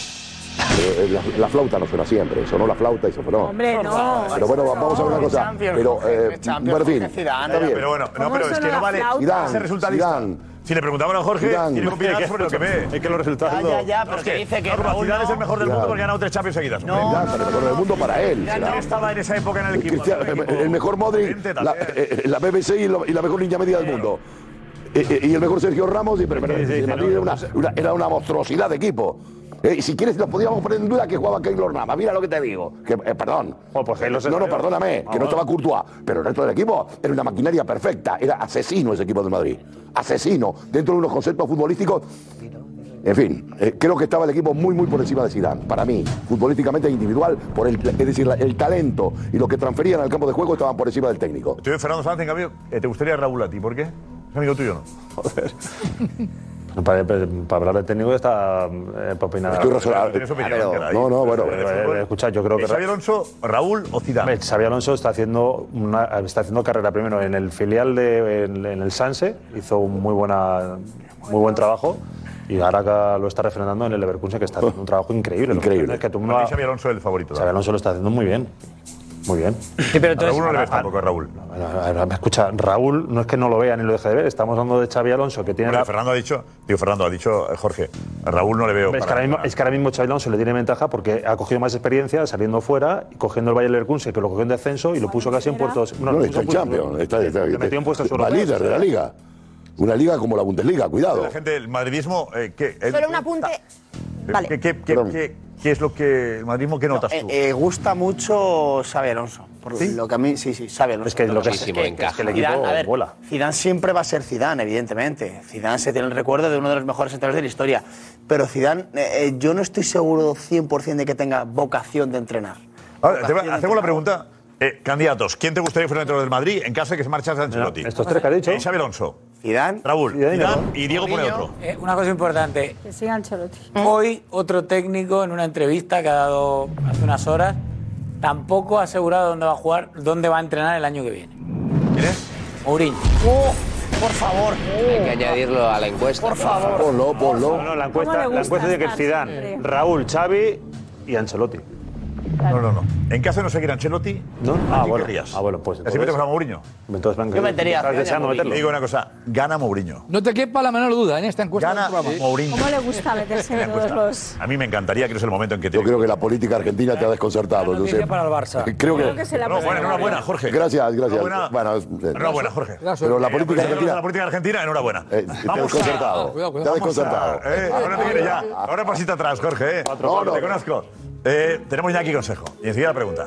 Speaker 10: Pero, eh, La, la flauta no suena siempre, sonó la flauta y se fue.
Speaker 7: Hombre, no.
Speaker 10: Pero bueno, vamos a ver una cosa.
Speaker 7: Champions,
Speaker 10: Pero,
Speaker 7: Jorge,
Speaker 10: eh,
Speaker 7: Champions,
Speaker 10: Martín,
Speaker 7: Jorge Zidane.
Speaker 10: está bien.
Speaker 2: Pero bueno, no, pero es que no vale
Speaker 10: Zidane,
Speaker 2: ser resultadista.
Speaker 10: Zidane.
Speaker 2: Si le preguntaban a Jorge,
Speaker 10: Zidane.
Speaker 2: tiene que opinar sobre lo que ve.
Speaker 10: Es que los resultados-
Speaker 7: Ya, ya, ya, pero
Speaker 2: es
Speaker 7: que dice que
Speaker 2: no, como
Speaker 7: Raúl
Speaker 2: Zidane
Speaker 7: no.
Speaker 2: es el mejor del
Speaker 10: Zidane.
Speaker 2: mundo porque ha ganado tres Champions seguidas.
Speaker 10: Zidane, pero mejor del mundo para él.
Speaker 2: Ya
Speaker 10: será.
Speaker 2: no estaba en esa época en el equipo.
Speaker 10: Cristiano, el, el mejor Modric,
Speaker 2: Vicente
Speaker 10: la, eh, eh, la BBC y, lo- y la mejor línea media del mundo. Eh, eh, y el mejor Sergio Ramos, y, pero, pero- Madrid era, una, una- era una monstruosidad de equipo. Eh, y si quieres, nos podíamos poner en duda que jugaba Keylor Nava. Mira lo que te digo. Que, eh, perdón.
Speaker 2: pues
Speaker 10: no, no, perdóname, que no estaba Courtois. Pero el resto del equipo era una maquinaria perfecta. Era asesino ese equipo del Madrid. Asesino. Dentro de unos conceptos futbolísticos en fin, eh, creo que estaba el equipo muy, muy por encima de Zidane. Para mí, futbolísticamente e individual, por el, es decir, la- el talento y lo que transferían al campo de juego estaban por encima del técnico.
Speaker 2: Estoy Fernando Sanz, en cambio, eh, ¿te gustaría Raúl a ti? ¿Por qué? Es amigo tuyo, ¿no? Joder.
Speaker 14: Para, para hablar de técnico ya está eh, para opinar.
Speaker 10: Estoy razonable.
Speaker 2: Tienes opinión,
Speaker 10: Ah, pero-
Speaker 2: caray.
Speaker 10: no, no, bueno.
Speaker 14: Pero, eh, escucha, yo creo que.
Speaker 2: ¿Es Xabi Alonso, Raúl o Zidane?
Speaker 14: Hombre, Xabi Alonso está haciendo, una- está haciendo carrera primero en el filial de en, en el Sanse, hizo un muy, buena, muy buen trabajo y ahora acá lo está refrendando en el Leverkusen que está haciendo un trabajo increíble.
Speaker 10: Increíble.
Speaker 14: Es que todo el mundo
Speaker 2: Para
Speaker 14: ha-
Speaker 2: ti Xabi Alonso es el favorito.
Speaker 14: Xabi Alonso lo está haciendo muy bien. Muy bien.
Speaker 2: Sí, pero entonces- Raúl no le ves tampoco, Raúl.
Speaker 14: Escucha, Raúl no es que no lo vea ni lo deje de ver, estamos hablando de Xavi Alonso que tiene
Speaker 2: Hombre,
Speaker 14: la-
Speaker 2: Fernando ha dicho, digo, Fernando ha dicho, eh, Jorge, a Raúl no le veo.
Speaker 14: Hombre, Es que,
Speaker 2: para-
Speaker 14: ahora mismo, es que ahora mismo Xabi Alonso le tiene ventaja porque ha cogido más experiencia saliendo fuera, y cogiendo el Bayern Leverkusen, que lo cogió en descenso y lo puso casi en puertos.
Speaker 10: No,
Speaker 14: lo
Speaker 10: está
Speaker 14: puso
Speaker 10: en
Speaker 14: puertos-
Speaker 10: Champions. Está, está-
Speaker 14: le metió en puestos
Speaker 10: va
Speaker 14: europeos.
Speaker 10: líder de la liga. Una liga como la Bundesliga, cuidado.
Speaker 2: La gente, el madridismo, eh, ¿qué, Eh,
Speaker 7: Solo un apunte. Vale.
Speaker 2: ¿qué, qué- qué- qué- qué es lo que. El madridismo, ¿qué notas tú?
Speaker 7: Eh, eh, gusta mucho Xavi Alonso. Por lo que a mí, sí, sí, Xavi Alonso.
Speaker 14: Es que lo que- es que- Muchísimo es que encaja. el equipo
Speaker 7: Zidane, a ver,
Speaker 14: vuela.
Speaker 7: Zidane siempre va a ser Zidane, evidentemente. Zidane se tiene el recuerdo de uno de los mejores entrenadores de la historia. Pero Zidane, eh, eh, yo no estoy seguro 100% de que tenga vocación de entrenar.
Speaker 2: Ahora, te va- hacemos la pregunta. Eh, candidatos, ¿quién te gustaría fuera dentro del Madrid en caso de que se marchase Ancelotti?
Speaker 14: estos tres que ha dicho.
Speaker 2: Eh, Xabi Alonso.
Speaker 7: Zidane.
Speaker 2: Raúl.
Speaker 14: Zidane,
Speaker 2: Zidane
Speaker 14: ¿no?
Speaker 2: y Diego pone
Speaker 12: Mourinho,
Speaker 2: otro.
Speaker 12: eh, una cosa importante.
Speaker 8: Que siga Ancelotti.
Speaker 12: Hoy otro técnico en una entrevista que ha dado hace unas horas tampoco ha asegurado dónde va a jugar, dónde va a entrenar el año que viene. ¿Quién es? Mourinho.
Speaker 7: por favor.
Speaker 11: Hay
Speaker 17: Oh.
Speaker 11: que añadirlo a la encuesta. Por favor.
Speaker 10: Ponlo, ponlo.
Speaker 14: No, no, la
Speaker 11: ¿Cómo
Speaker 14: encuesta,
Speaker 11: le
Speaker 14: la
Speaker 11: gusta
Speaker 14: encuesta dice que
Speaker 11: estar
Speaker 14: Zidane,
Speaker 11: siempre?
Speaker 14: Raúl, Xavi y Ancelotti.
Speaker 2: No, no, no. ¿En casa no seguir Ancelotti? No. Ah, bueno. Ah, bueno, pues. ¿Así
Speaker 14: entonces-
Speaker 2: metemos a Mourinho?
Speaker 14: Yo metería Estás a deseando Mourinho. meterlo.
Speaker 2: Digo una cosa, gana Mourinho.
Speaker 13: No te quepa la menor duda en esta encuesta.
Speaker 2: Gana
Speaker 13: del programa.
Speaker 2: Mourinho.
Speaker 8: ¿Cómo le gusta meterse en todos los.?
Speaker 2: A mí me encantaría, creo que es el momento en que te...
Speaker 10: Yo creo que la política argentina te ha desconcertado, Josep.
Speaker 13: para el Barça.
Speaker 10: Eh, Creo
Speaker 2: Creo que
Speaker 10: que...
Speaker 2: se la No, pasa bueno, mal. enhorabuena, Jorge.
Speaker 10: Gracias, gracias.
Speaker 2: Enhorabuena.
Speaker 10: Bueno, es- sí.
Speaker 2: Enhorabuena, Jorge.
Speaker 10: Pero la
Speaker 2: Eh,
Speaker 10: política
Speaker 2: pues,
Speaker 10: argentina...
Speaker 2: La política argentina, enhorabuena.
Speaker 10: Eh, te ha desconcertado.
Speaker 2: Cuidado, cuidado.
Speaker 10: Te ha
Speaker 2: Vamos a-
Speaker 10: desconcertado.
Speaker 2: eh, ahora te viene ya. Ahora pasita atrás, Jorge. eh. No, no, te conozco. Eh, tenemos ya aquí consejo. Y enseguida la pregunta.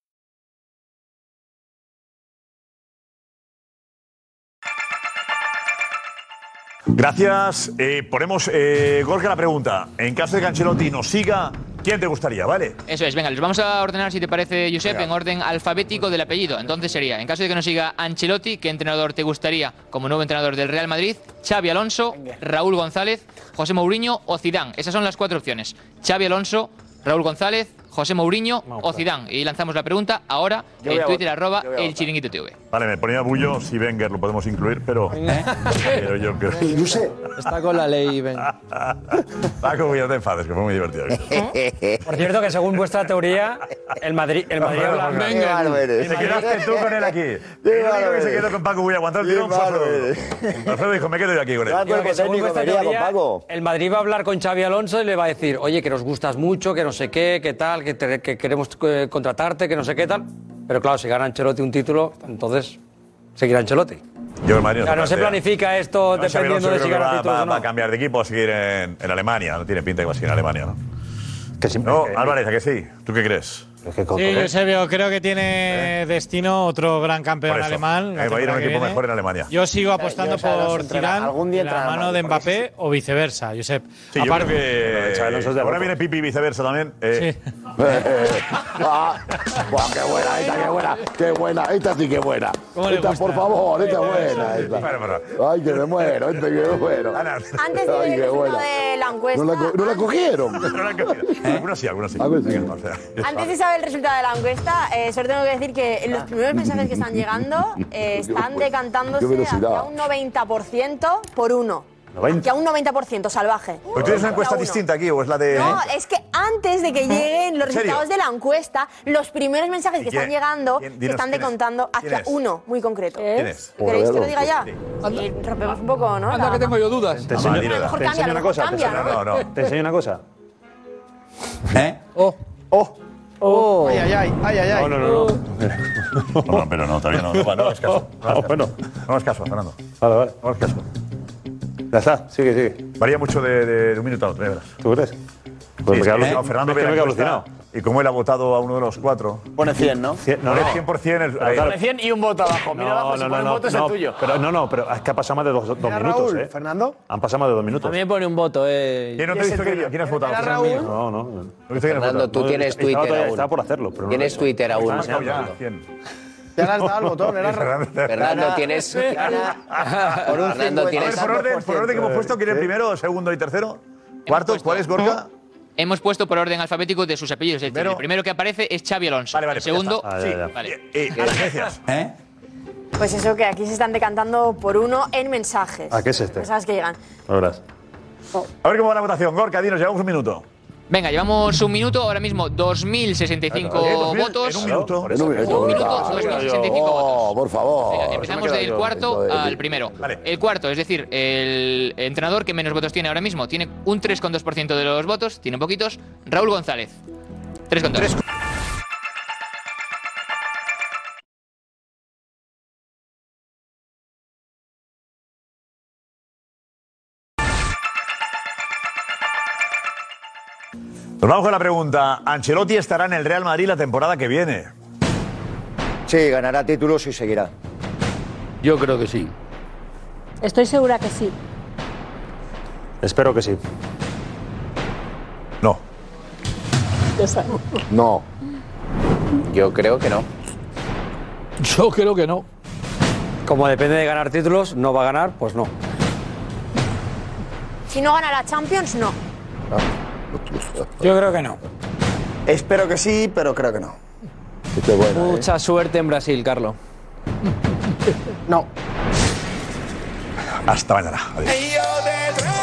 Speaker 2: Gracias. Eh, ponemos, eh, Gorka, la pregunta. En caso de que Ancelotti nos siga, ¿quién te gustaría, vale?
Speaker 22: Eso es, venga, los vamos a ordenar, si te parece, Josep, en orden alfabético del apellido. Entonces sería, en caso de que nos siga Ancelotti, ¿qué entrenador te gustaría como nuevo entrenador del Real Madrid? Xavi Alonso, Raúl González, José Mourinho o Zidane. Esas son las cuatro opciones. Xavi Alonso, Raúl González, José Mourinho o Zidane. Y lanzamos la pregunta ahora
Speaker 2: Yo voy
Speaker 22: en
Speaker 2: a
Speaker 22: Twitter,
Speaker 2: votar,
Speaker 22: arroba
Speaker 2: yo voy a
Speaker 22: el
Speaker 2: votar.
Speaker 22: chiringuito TV.
Speaker 2: Vale, me ponía Bullo, si Wenger lo podemos incluir, pero. pero yo creo.
Speaker 18: Está con la ley, ven.
Speaker 2: Paco, cuidado, te enfades, que fue muy divertido.
Speaker 17: ¿Eh? Por cierto, que según vuestra teoría, el Madrid, el Madrid habla.
Speaker 2: Qué bárbaro eres. Te quedaste tú con él aquí. Y el único que se quedó con Paco Bullo aguantó el tirón fue Alfredo. Alfredo dijo, me quedo yo aquí con él.
Speaker 17: Digo que según vuestra teoría, El Madrid va a hablar con Xavi Alonso y le va a decir, oye, que nos gustas mucho, que no sé qué, que tal, que, te- que queremos eh, contratarte, que no sé qué tal. Pero claro, si gana Ancelotti un título, entonces seguirá Ancelotti.
Speaker 2: Yo el Madrid
Speaker 17: O sea, no se
Speaker 2: plantea.
Speaker 17: planifica esto
Speaker 2: No, Xabi
Speaker 17: dependiendo
Speaker 2: Alonso creo
Speaker 17: de si
Speaker 2: que
Speaker 17: gana
Speaker 2: va,
Speaker 17: títulos
Speaker 2: va-
Speaker 17: o no.
Speaker 2: va a cambiar de equipo, va a seguir en, en Alemania. No tiene pinta de que va a seguir en Alemania, ¿no? no, Álvarez, ¿a que sí? ¿Tú qué crees?
Speaker 1: Sí,
Speaker 2: ¿eh?
Speaker 1: Eusebio, creo que tiene destino otro gran campeón
Speaker 2: Por eso.
Speaker 1: alemán. la
Speaker 2: Eh, va a ir
Speaker 1: temporada
Speaker 2: a un
Speaker 1: que
Speaker 2: equipo
Speaker 1: viene.
Speaker 2: mejor en Alemania.
Speaker 1: Yo sigo
Speaker 2: Eh,
Speaker 1: apostando
Speaker 2: Josep Alonso
Speaker 1: por
Speaker 2: entrará.
Speaker 1: Zidane
Speaker 2: Algún día
Speaker 1: de la
Speaker 2: entrará
Speaker 1: mano
Speaker 2: Madrid,
Speaker 1: de Mbappé o viceversa, Josep.
Speaker 2: Sí, yo creo
Speaker 1: Aparte-
Speaker 2: que. ahora viene Pipi y viceversa también. eh.
Speaker 10: Ah, guau, qué buena eh. esta, qué buena. Qué buena, esta sí que es buena.
Speaker 2: ¿Cómo le
Speaker 10: Esta,
Speaker 2: gusta?
Speaker 10: por favor, esta es buena.
Speaker 2: Bueno, bueno. Ah,
Speaker 10: Esta. Ay, que me muero, esta que me muero.
Speaker 3: Antes de
Speaker 10: Ay,
Speaker 3: ver el
Speaker 10: qué
Speaker 3: resultado
Speaker 10: buena.
Speaker 3: de la encuesta.
Speaker 10: No la, co- no la cogieron. ¿Eh?
Speaker 2: No la cogieron. Algunos sí, algunos sí. Venga, o sea,
Speaker 3: Antes de saber el resultado de la encuesta, eh, solo tengo que decir que
Speaker 2: Ah.
Speaker 3: los primeros mensajes que están llegando eh, están
Speaker 10: qué
Speaker 3: decantándose
Speaker 10: velocidad.
Speaker 3: hacia un 90% por uno.
Speaker 2: 90.
Speaker 3: Hacia un 90% salvaje.
Speaker 2: ¿Tú tienes una encuesta distinta aquí o es la de.?
Speaker 3: No, eh. es que antes de que lleguen los
Speaker 2: ¿En serio?
Speaker 3: resultados de la encuesta, los primeros mensajes que
Speaker 2: quién-
Speaker 3: están llegando
Speaker 2: quién-
Speaker 3: se
Speaker 2: dinos
Speaker 3: están
Speaker 2: quién es?
Speaker 3: decontando
Speaker 2: ¿Quién
Speaker 3: hacia
Speaker 2: es?
Speaker 3: uno muy concreto.
Speaker 2: ¿Quién es?
Speaker 3: ¿Queréis que lo diga ya?
Speaker 2: Sí.
Speaker 3: Y rompemos un poco, ¿no?
Speaker 13: Anda,
Speaker 3: La-
Speaker 13: que tengo yo dudas.
Speaker 14: Te enseño,
Speaker 3: dilo,
Speaker 14: te
Speaker 3: dilo.
Speaker 14: enseño una cosa. te
Speaker 3: Cambia,
Speaker 14: enseño-
Speaker 3: ¿no?
Speaker 2: No, no.
Speaker 14: Te enseño una cosa.
Speaker 2: ¿Eh?
Speaker 13: Oh.
Speaker 3: Oh.
Speaker 13: Oh.
Speaker 3: Ay, ay, ay, ay, ay.
Speaker 14: No, no, no.
Speaker 2: No, pero no, todavía no. No, no, hagas caso. No, hagas caso. No hagas caso, Fernando. Ah, Vale, vale. No hagas caso. Ya está, sigue, sigue. Varía mucho de, de- de un minuto a otro, ya verás. ¿Tú crees?
Speaker 14: Pues me
Speaker 2: Pues
Speaker 14: quedo
Speaker 2: que,
Speaker 14: alucinado.
Speaker 2: Fernando
Speaker 14: Es que
Speaker 2: ve
Speaker 14: me
Speaker 2: la
Speaker 14: quedo
Speaker 2: encuesta
Speaker 14: alucinado.
Speaker 2: Y como él ha votado a uno de los cuatro.
Speaker 20: Pone 100, ¿no?
Speaker 14: Cien- no,
Speaker 2: Pone
Speaker 14: no.
Speaker 2: 100% el. ahí.
Speaker 20: Pone 100 y un voto abajo. Mira abajo, si pone un voto es el
Speaker 14: no,
Speaker 20: tuyo.
Speaker 14: Pero, no, no, pero es que ha pasado más de dos, dos minutos, ¿eh?
Speaker 20: Fernando.
Speaker 14: Han pasado más de dos minutos.
Speaker 18: A mí me pone un voto, eh.
Speaker 14: ¿Quién no te
Speaker 18: Es
Speaker 14: ha dicho
Speaker 18: el tuyo.
Speaker 14: que- quién has votado?
Speaker 18: Era
Speaker 14: Fernando.
Speaker 18: Raúl.
Speaker 14: No, no. no.
Speaker 11: Fernando, tú
Speaker 14: No,
Speaker 11: tienes
Speaker 14: estaba
Speaker 11: Twitter
Speaker 14: todavía-
Speaker 11: aún.
Speaker 14: Estaba por hacerlo, pero no lo
Speaker 11: Tienes
Speaker 14: he hecho.
Speaker 11: Twitter aún, ¿eh?
Speaker 14: Estaba
Speaker 11: Fernando.
Speaker 14: ya, cien.
Speaker 20: Ya le has dado al botón, era
Speaker 11: Fernando, tienes.
Speaker 20: Por un
Speaker 11: Fernando,
Speaker 2: A ver,
Speaker 11: tienes.
Speaker 2: por orden, por orden que hemos puesto, ¿quién es primero, segundo y tercero? ¿Cuarto? ¿Cuál es Gorka?
Speaker 22: Hemos puesto por orden alfabético de sus apellidos. Es decir, el primero que aparece es Xavi Alonso. el segundo,
Speaker 2: Ah, ya, ya.
Speaker 22: vale.
Speaker 3: Pues eso, que aquí se están decantando por uno en mensajes.
Speaker 2: ¿A qué es este?
Speaker 3: Mensajes que llegan.
Speaker 2: A ver cómo va la votación. Gorka, dinos, llevamos un minuto.
Speaker 22: Venga, llevamos un minuto, ahora mismo 2.065
Speaker 2: Eh, dos mil-
Speaker 22: votos.
Speaker 2: En un minuto.
Speaker 10: En un minuto.
Speaker 22: minuto,
Speaker 10: Ah,
Speaker 22: 2065
Speaker 10: Oh, por favor.
Speaker 22: Empezamos del cuarto al primero. El cuarto, es decir, el entrenador que menos votos tiene ahora mismo, tiene un 3,2% de los votos, tiene poquitos, Raúl González. 3,2.
Speaker 2: Nos vamos con la pregunta. ¿Ancelotti estará en el Real Madrid la temporada que viene?
Speaker 23: Sí, ganará títulos y seguirá.
Speaker 24: Yo creo que sí.
Speaker 8: Estoy segura que sí.
Speaker 14: Espero que sí.
Speaker 7: No.
Speaker 25: Yo creo que no.
Speaker 26: Yo creo que no.
Speaker 17: Como depende de ganar títulos, no va a ganar, pues no.
Speaker 3: Si no gana la Champions, no.
Speaker 17: Yo creo que no.
Speaker 27: Espero que sí, pero creo que no.
Speaker 20: Mucha suerte en Brasil, Carlos.
Speaker 18: Hasta mañana. Adiós.
Speaker 28: Yo de
Speaker 9: oh,